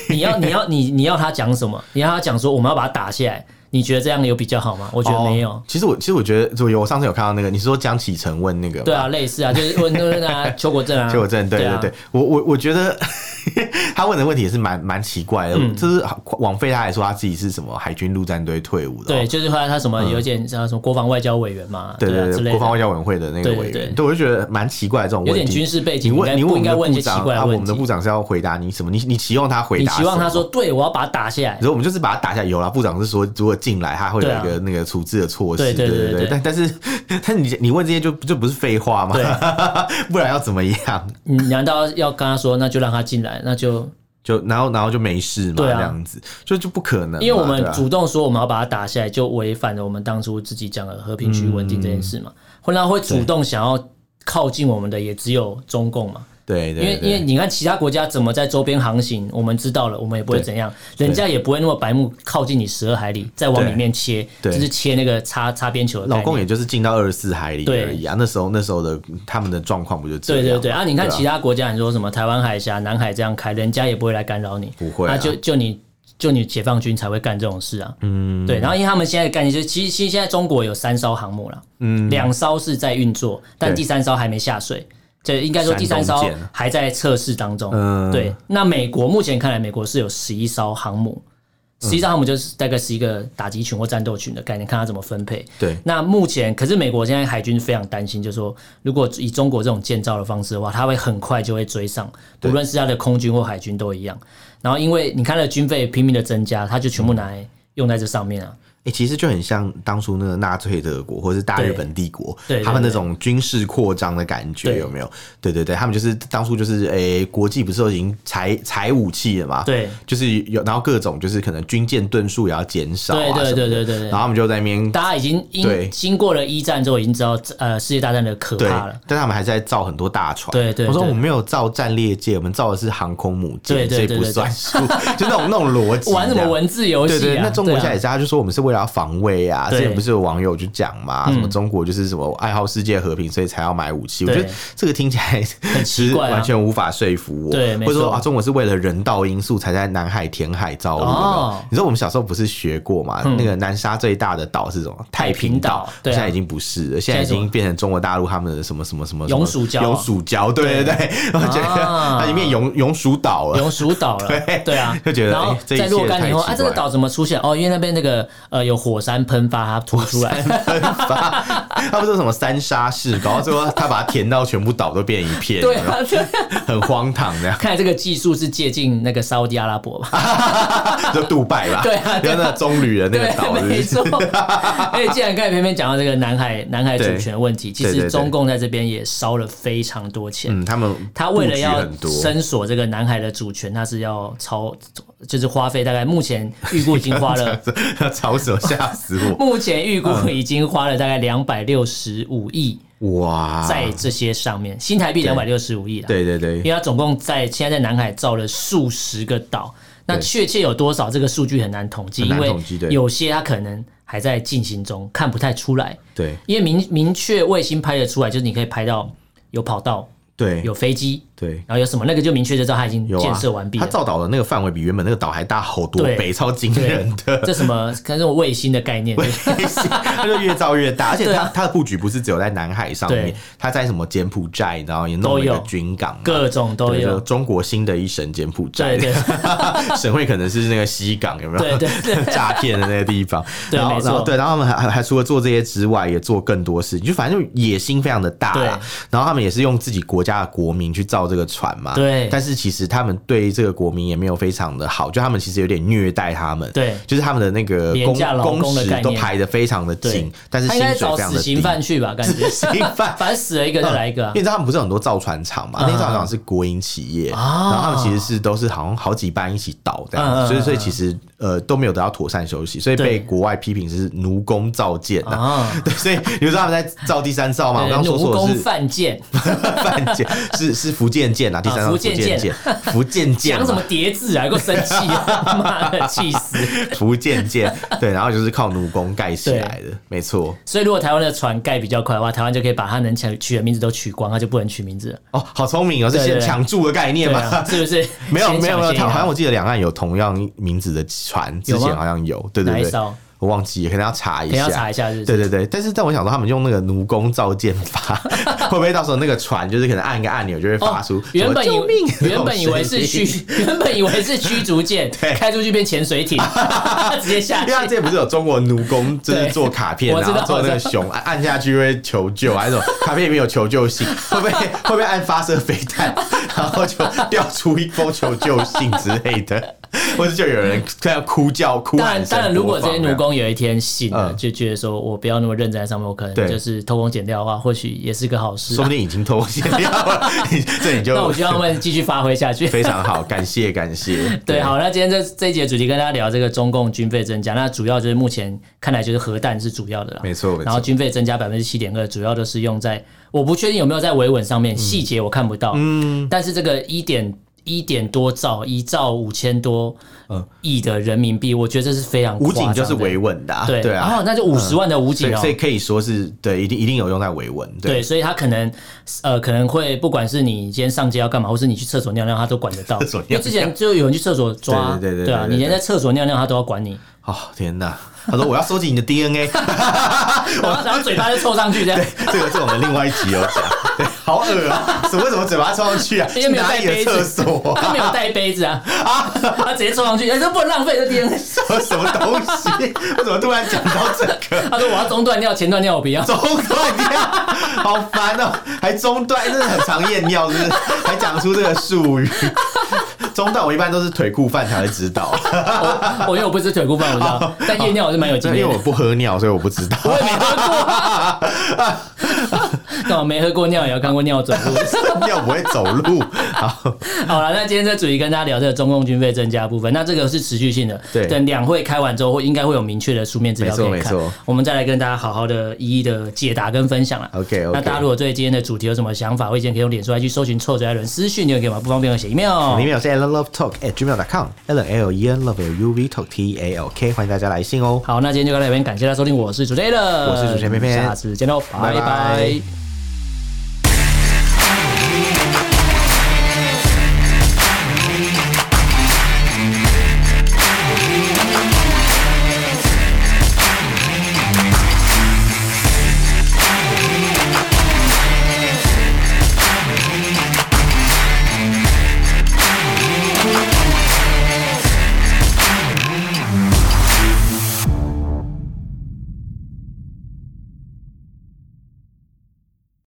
Speaker 1: 你要你要你你要他讲什么？你要他讲说我们要把他打下来，你觉得这样有比较好吗？我觉得没有。
Speaker 2: 哦其实我其实我觉得，我有我上次有看到那个，你是说江启程问那个吗？ <laughs>
Speaker 1: 对啊，类似啊，就是问问啊，邱国正啊，
Speaker 2: 邱国正，对
Speaker 1: 对
Speaker 2: 对
Speaker 1: 啊
Speaker 2: 对，我我我觉得 <laughs> 他问的问题也是蛮蛮奇怪的，
Speaker 1: 嗯
Speaker 2: 就是王菲他还说他自己是什么海军陆战队退伍的哦、
Speaker 1: 对，就是后来他什么有一点像什么国防外交委员嘛，
Speaker 2: 对
Speaker 1: 啊
Speaker 2: 对
Speaker 1: 之类
Speaker 2: 对，
Speaker 1: 的，
Speaker 2: 国防外交委员会的那个
Speaker 1: 对对
Speaker 2: 委员，
Speaker 1: 对
Speaker 2: 我就觉得蛮奇怪的这种问题。
Speaker 1: 有点军事背景
Speaker 2: 你问
Speaker 1: 应该
Speaker 2: 你问
Speaker 1: 不应该
Speaker 2: 我们
Speaker 1: 问一
Speaker 2: 的
Speaker 1: 些
Speaker 2: 部长
Speaker 1: 奇怪的
Speaker 2: 啊，
Speaker 1: 问
Speaker 2: 我
Speaker 1: 题
Speaker 2: 们的部长是要回答你什么？你你期望他回
Speaker 1: 你
Speaker 2: 答？
Speaker 1: 期望他说，对我要把他打下来
Speaker 2: 可，是我们就是把他打下来有啦，部长是说，如果进来，他会有
Speaker 1: 对
Speaker 2: 一
Speaker 1: 啊
Speaker 2: 个那个处置的措施，
Speaker 1: 对对
Speaker 2: 对
Speaker 1: 对对对
Speaker 2: 但但是， <laughs> 但你你问这些就就不是废话吗？ <laughs> 不然要怎么样？
Speaker 1: 你难道要跟他说那就让他进来？那就
Speaker 2: 就然后然后就没事嘛，
Speaker 1: 对啊
Speaker 2: 这样子就就不可能嘛，
Speaker 1: 因为我们
Speaker 2: 对啊
Speaker 1: 主动说我们要把他打下来，就违反了我们当初自己讲的和平区稳定这件事
Speaker 2: 嗯
Speaker 1: 嘛。会让会主动想要靠近我们的也只有中共嘛。
Speaker 2: 对对
Speaker 1: 因为
Speaker 2: 对
Speaker 1: 因为你看其他国家怎么在周边航行，我们知道了，我们也不会
Speaker 2: 对
Speaker 1: 怎样，人家也不会那么白目靠近你十二海里，再往
Speaker 2: 对
Speaker 1: 里面切，就
Speaker 2: 对
Speaker 1: 是切那个擦擦边球的概
Speaker 2: 老公
Speaker 1: 念。
Speaker 2: 也就是进到二十四海里
Speaker 1: 对
Speaker 2: 而已啊，那时候那时候的他们的状况不就这
Speaker 1: 对对
Speaker 2: 样？
Speaker 1: 对啊！你看
Speaker 2: 对啊
Speaker 1: 其他国家，你说什么台湾海峡、南海这样开，人家也不会来干扰你，
Speaker 2: 不会啊
Speaker 1: 那就就你就你解放军才会干这种事啊。嗯，对。然后因为他们现在的概念就是，其实其实现在中国有三艘航母了，嗯，两艘是在运作，但
Speaker 2: 对
Speaker 1: 第三艘还没下水。这应该说第三
Speaker 2: 山
Speaker 1: 艘
Speaker 2: 东舰
Speaker 1: 还在测试当中。
Speaker 2: 嗯
Speaker 1: 对。那美国目前看来，美国是有十一艘航母，实际上，他们就是大概是一个打击群或战斗群的概念，看他怎么分配。
Speaker 2: 对
Speaker 1: 那目前，可是美国现在海军非常担心，就是说，如果以中国这种建造的方式的话，它会很快就会追上，不
Speaker 2: 对
Speaker 1: 论是它的空军或海军都一样。然后，因为你看它的军费拼命的增加，它就全部拿来用在这上面啊。
Speaker 2: 欸，其实就很像当初那个纳粹德国或者是大日本帝国，
Speaker 1: 对对
Speaker 2: 他们那种军事扩张的感觉
Speaker 1: 对
Speaker 2: 有没有？对对对，他们就是当初就是诶、欸国际不是都已经裁裁武器了嘛？
Speaker 1: 对，
Speaker 2: 就是有，然后各种就是可能军舰吨数也要减少啊
Speaker 1: 对对
Speaker 2: 什么
Speaker 1: 对
Speaker 2: 的
Speaker 1: 对对对
Speaker 2: 然后他们就在那边
Speaker 1: 大家已经
Speaker 2: 对
Speaker 1: 因经过了一战之后，已经知道呃世界大战的可
Speaker 2: 对
Speaker 1: 怕了。，
Speaker 2: 但他们还是在造很多大船。
Speaker 1: 对对
Speaker 2: 我说
Speaker 1: 对
Speaker 2: 我们没有造战列舰，我们造的是航空母舰，
Speaker 1: 对对对
Speaker 2: 所以不
Speaker 1: 对对
Speaker 2: 算数， <laughs> 就那种那种逻辑。
Speaker 1: <laughs> 玩什么文字游戏、啊？
Speaker 2: 对对，那中国
Speaker 1: 对啊
Speaker 2: 现在也是，他就说我们是为了要防卫啊。之
Speaker 1: 对嗯
Speaker 2: 前不是有网友就讲嘛，什么中国就是什么爱好世界和平，所以才要买武器。我觉得
Speaker 1: 对
Speaker 2: 这个听起来
Speaker 1: 很奇怪啊
Speaker 2: 是完全无法说服我。
Speaker 1: 对没
Speaker 2: 或者说
Speaker 1: 错
Speaker 2: 啊，中国是为了人道因素才在南海填海造
Speaker 1: 哦
Speaker 2: 陆。有没有你说我们小时候不是学过嘛？那个南沙最大的岛是什么？太平岛
Speaker 1: 岛。对啊
Speaker 2: 现在已经不是了，现在
Speaker 1: 现在
Speaker 2: 已
Speaker 1: 什
Speaker 2: 经
Speaker 1: 么
Speaker 2: 变成中国大陆他们的什么什么什么什么
Speaker 1: 永暑礁啊
Speaker 2: 永暑礁，对对对，我觉得
Speaker 1: 啊
Speaker 2: 它里面永永暑岛了。
Speaker 1: 永暑岛了，
Speaker 2: <laughs> 对
Speaker 1: 对啊，
Speaker 2: 就觉得
Speaker 1: 然后
Speaker 2: 哎这一
Speaker 1: 在若
Speaker 2: 切
Speaker 1: 干
Speaker 2: 太
Speaker 1: 年后
Speaker 2: 奇
Speaker 1: 啊，这个
Speaker 2: 怪
Speaker 1: 岛怎么出现？哦，因为那边那个呃有火山喷发，它吐出来，
Speaker 2: 他不是说什么三沙市，搞到最后他把它填到全部岛都变一
Speaker 1: <laughs>
Speaker 2: 片，
Speaker 1: 对
Speaker 2: 有没有
Speaker 1: 啊，对
Speaker 2: <laughs>
Speaker 1: 啊。
Speaker 2: 很荒唐
Speaker 1: <laughs>
Speaker 2: 这样。
Speaker 1: 看来这个技术是借鉴那个沙烏地阿拉伯吧？
Speaker 2: 就杜拜吧，
Speaker 1: 对啊对啊
Speaker 2: 就那棕榈的那啊个
Speaker 1: <laughs>
Speaker 2: 岛，
Speaker 1: 对，没
Speaker 2: 是 <laughs>
Speaker 1: 错
Speaker 2: 不是。
Speaker 1: 而且既然刚才偏偏讲到这个南海南海主权的问题，其
Speaker 2: 对对
Speaker 1: 实
Speaker 2: 对
Speaker 1: 中共在这边也烧了非常多钱。
Speaker 2: 嗯，他们
Speaker 1: 他为了要
Speaker 2: 布局很多，
Speaker 1: 伸索这个南海的主权，他是要超，就是花费大概目前预估已经花
Speaker 2: <laughs>
Speaker 1: 了
Speaker 2: 吵死我，吓死
Speaker 1: 目前预
Speaker 2: 嗯
Speaker 1: 估已经花了大概两百六十五亿
Speaker 2: 我！哇，
Speaker 1: 在这些上面，新台币
Speaker 2: 啊对
Speaker 1: 两百六十五亿啦。，
Speaker 2: 对对对
Speaker 1: 因，为它总共在现在在南海造了数十个岛，那
Speaker 2: 对
Speaker 1: 确切有多少这个数据很难统计，
Speaker 2: 很
Speaker 1: 因
Speaker 2: 难
Speaker 1: 为
Speaker 2: 统计对
Speaker 1: 有些它可能还在进行中，看不太出来。
Speaker 2: 对
Speaker 1: 因为明明确卫星拍得出来，就是你可以拍到有跑道、
Speaker 2: 对
Speaker 1: 有飞机，
Speaker 2: 对，
Speaker 1: 然后有什么那个就明确就知道它已经
Speaker 2: 嗯有啊
Speaker 1: 建设完毕
Speaker 2: 他
Speaker 1: 了。
Speaker 2: 造岛的那个范围比原本那个岛还大好多
Speaker 1: 对
Speaker 2: 倍，超惊人的。 <laughs>
Speaker 1: 这什么？看这种卫星的概念，对
Speaker 2: 它就越造越
Speaker 1: <laughs>
Speaker 2: 大，而且
Speaker 1: 对
Speaker 2: 它、
Speaker 1: 啊
Speaker 2: 它的布局不是只有在南海上面
Speaker 1: 对，
Speaker 2: 它在什么柬埔寨，然后也弄了一
Speaker 1: 都
Speaker 2: 个
Speaker 1: 有
Speaker 2: 军港嘛，啊
Speaker 1: 各种都
Speaker 2: 对就
Speaker 1: 哦有。
Speaker 2: 中国新的一神柬埔寨，
Speaker 1: 对
Speaker 2: <laughs>
Speaker 1: 对
Speaker 2: 省会可能是那个西港，有没有？
Speaker 1: 对对
Speaker 2: <laughs> 诈骗的那个地方。
Speaker 1: <laughs> 对
Speaker 2: 然后
Speaker 1: 没错
Speaker 2: 然后对，然后他们还还还除了做这些之外，也做更多事情，就反正就野心非常的大啦
Speaker 1: 对。
Speaker 2: 然后他们也是用自己国家的国民去造这个船嘛，
Speaker 1: 对
Speaker 2: 但是其实他们对这个国民也没有非常的好，就他们其实有点虐待他们，
Speaker 1: 对
Speaker 2: 就是他们的那个
Speaker 1: 廉价劳
Speaker 2: 工
Speaker 1: 工的
Speaker 2: 时
Speaker 1: 概念
Speaker 2: 都排的非常的紧
Speaker 1: 对，
Speaker 2: 但是
Speaker 1: 他应
Speaker 2: 薪
Speaker 1: 该
Speaker 2: 水
Speaker 1: 找
Speaker 2: 非常
Speaker 1: 死
Speaker 2: 的低
Speaker 1: 刑。犯去吧，感觉。
Speaker 2: <laughs> 刑犯
Speaker 1: 反正死了一个再来一个啊
Speaker 2: 嗯 <laughs>
Speaker 1: 嗯
Speaker 2: 因为你。知道他们不是很多造船厂嘛，那些造船厂是国营企业，
Speaker 1: 啊
Speaker 2: 然后他们其实是都是好像好几班一起倒这样子，
Speaker 1: 嗯嗯嗯
Speaker 2: 所以所以其实呃都没有得到妥善休息，所以被
Speaker 1: 对
Speaker 2: 国外批评是奴工造舰呐、啊。
Speaker 1: 啊，
Speaker 2: <laughs> 对，所以你知道他们在造第三艘嘛？我
Speaker 1: 对
Speaker 2: 刚刚说
Speaker 1: 奴
Speaker 2: 说
Speaker 1: 工
Speaker 2: 的是
Speaker 1: 犯贱，
Speaker 2: <laughs> 犯舰，是是福建舰啊，第三艘
Speaker 1: 啊
Speaker 2: 福
Speaker 1: 福
Speaker 2: 建
Speaker 1: 建
Speaker 2: 舰，
Speaker 1: <laughs>
Speaker 2: 福建舰
Speaker 1: 讲什
Speaker 2: 嘛
Speaker 1: 么叠字啊，给我生气
Speaker 2: <laughs>
Speaker 1: 啊！妈的，气死！
Speaker 2: 福建舰，对，然后就是靠奴工盖起来的，没错。
Speaker 1: 所以如果台湾的船盖比较快的话，台湾就可以把它能抢取的名字都取光，它就不能取名字了。
Speaker 2: 哦，好聪明哦，是
Speaker 1: 对对
Speaker 2: 先
Speaker 1: 对
Speaker 2: 抢注的概念
Speaker 1: 对
Speaker 2: 嘛？？
Speaker 1: 啊，是不是
Speaker 2: 没有
Speaker 1: 先抢
Speaker 2: 没有没有，
Speaker 1: 先
Speaker 2: 他
Speaker 1: 赢
Speaker 2: 好像我记得两岸有同样名字的船，之
Speaker 1: 有吗
Speaker 2: 前好像有，对对
Speaker 1: 哪一
Speaker 2: 对，
Speaker 1: 艘？
Speaker 2: 我忘记了，可能要查一
Speaker 1: 可能
Speaker 2: 下，
Speaker 1: 要查一下是不是
Speaker 2: 对对对，但是但我想说，他们用那个弩弓造箭法， <laughs> 会不会到时候那个船就是可能按一个按钮就会发出、
Speaker 1: 哦原本以
Speaker 2: 救
Speaker 1: 为
Speaker 2: 命啊那种
Speaker 1: 原本以为是
Speaker 2: 声音
Speaker 1: 驱， <laughs> 原本以为是驱逐舰，开出去变潜水
Speaker 2: <laughs>
Speaker 1: 艇，直接下
Speaker 2: 因为他之
Speaker 1: 去。
Speaker 2: 前不是有中国奴工，就是
Speaker 1: 对
Speaker 2: 做卡片，
Speaker 1: 我
Speaker 2: 然
Speaker 1: 知道
Speaker 2: 后做那个熊，按按下去会求救，还有那种卡片里面有求救信， <laughs> 会不会会不会按发射飞弹，然后就掉出一封求救信之类的， <laughs> 或者就有人这样哭叫哭
Speaker 1: 当
Speaker 2: 喊
Speaker 1: 然，
Speaker 2: 声
Speaker 1: 当然，如果这
Speaker 2: 播
Speaker 1: 些
Speaker 2: 放
Speaker 1: 奴工有一天醒了，
Speaker 2: 啊嗯
Speaker 1: 就觉得说我不要那么认真在上面，我可能
Speaker 2: 对
Speaker 1: 就是偷工减料的话，啊或许也是个好事
Speaker 2: 说
Speaker 1: 啊、
Speaker 2: 不定已经偷工减料了， <laughs> 你这你就
Speaker 1: 那我希望他们继续发挥下
Speaker 2: <laughs>
Speaker 1: 去。
Speaker 2: 非常好，感谢感谢。
Speaker 1: <laughs> 对，好，那今天这这一节主题跟大家聊这个中共军费增加，那主要就是目前看来就是核弹是主要的啦，
Speaker 2: 没错没错
Speaker 1: 然后军费增加百分之七点二，主要都是用在我不确定有没有在维稳上
Speaker 2: 嗯
Speaker 1: 面，细节我看不到，嗯，但是这个一点一点多兆，一兆五千多亿的人民币，我觉得这是非常
Speaker 2: 嗯武警
Speaker 1: 夸张的
Speaker 2: 就是维稳的、啊，
Speaker 1: 对，然
Speaker 2: 啊
Speaker 1: 后。那就五十万的武
Speaker 2: 所
Speaker 1: 警
Speaker 2: 以，
Speaker 1: 哦
Speaker 2: 所以。可以说是对，一定一定有用在维稳，
Speaker 1: 对，所以他可能，呃，可能会不管是你今天上街要干嘛，或是你去厕所尿尿，他都管得到。
Speaker 2: 厕所尿
Speaker 1: 因为之前就有人去厕所抓，
Speaker 2: 对对对对
Speaker 1: 啊，
Speaker 2: 对对
Speaker 1: 你连
Speaker 2: 对
Speaker 1: 在厕所尿尿，他都要管
Speaker 2: <laughs>
Speaker 1: 你。
Speaker 2: 哦，天哪！他说我要收集你的 DNA，
Speaker 1: 然后然后嘴巴就凑上去这样，
Speaker 2: <laughs> 这个是我们另外一集有讲，对，好恶啊！怎么为什么嘴巴冲上去啊？
Speaker 1: 因为
Speaker 2: 去
Speaker 1: 没有
Speaker 2: 哪
Speaker 1: 带
Speaker 2: 里的
Speaker 1: 杯
Speaker 2: 厕
Speaker 1: 子，
Speaker 2: 所
Speaker 1: 他
Speaker 2: 啊？
Speaker 1: <laughs> 没有带杯子啊，他直接凑上去，哎，这不能浪费这 DNA。
Speaker 2: 什么东西？我怎么突然讲到这个？
Speaker 1: 他说我要中断尿，前段尿我不要。
Speaker 2: 中断尿，好烦哦！还中断，真的很常验尿，是不是？还讲出这个术语。中断我一般都是腿裤饭才会知道，
Speaker 1: <laughs> 我我因为我不吃腿骨饭，我知
Speaker 2: <laughs> 哦
Speaker 1: 道，但夜尿我是蛮有
Speaker 2: 因
Speaker 1: 经
Speaker 2: 为
Speaker 1: 验
Speaker 2: 我 <laughs>
Speaker 1: 的。
Speaker 2: 不喝尿，所以我不知道。
Speaker 1: 我也没喝过， <laughs> 干嘛没喝过尿也要看过尿转路？
Speaker 2: <laughs> 尿不会走路。好，
Speaker 1: <laughs> 好了，那今天这主题跟大家聊这个中共军费增加的部分，那这个是持续性的，
Speaker 2: 对
Speaker 1: 等两会开完之后，会应该会有明确的书面资料
Speaker 2: 没错
Speaker 1: 可以看
Speaker 2: 没错，
Speaker 1: 我们再来跟大家好好的一一的解答跟分享了。
Speaker 2: OK，OK
Speaker 1: 那大家如果对今天的主题有什么想法或意见，可以用脸书来去搜寻臭嘴艾伦私讯，你也可以嘛，不方便的写 email
Speaker 2: 里。面有是 Alan Love Talk at gmail.com，L L E N Love L U V Talk T A L K，欢迎大家来信哦。
Speaker 1: 好，那今天就到这边，感谢大家收听，我是主持人，
Speaker 2: 我是主持人偏偏
Speaker 1: 下次见喽，
Speaker 2: 拜拜
Speaker 1: 拜拜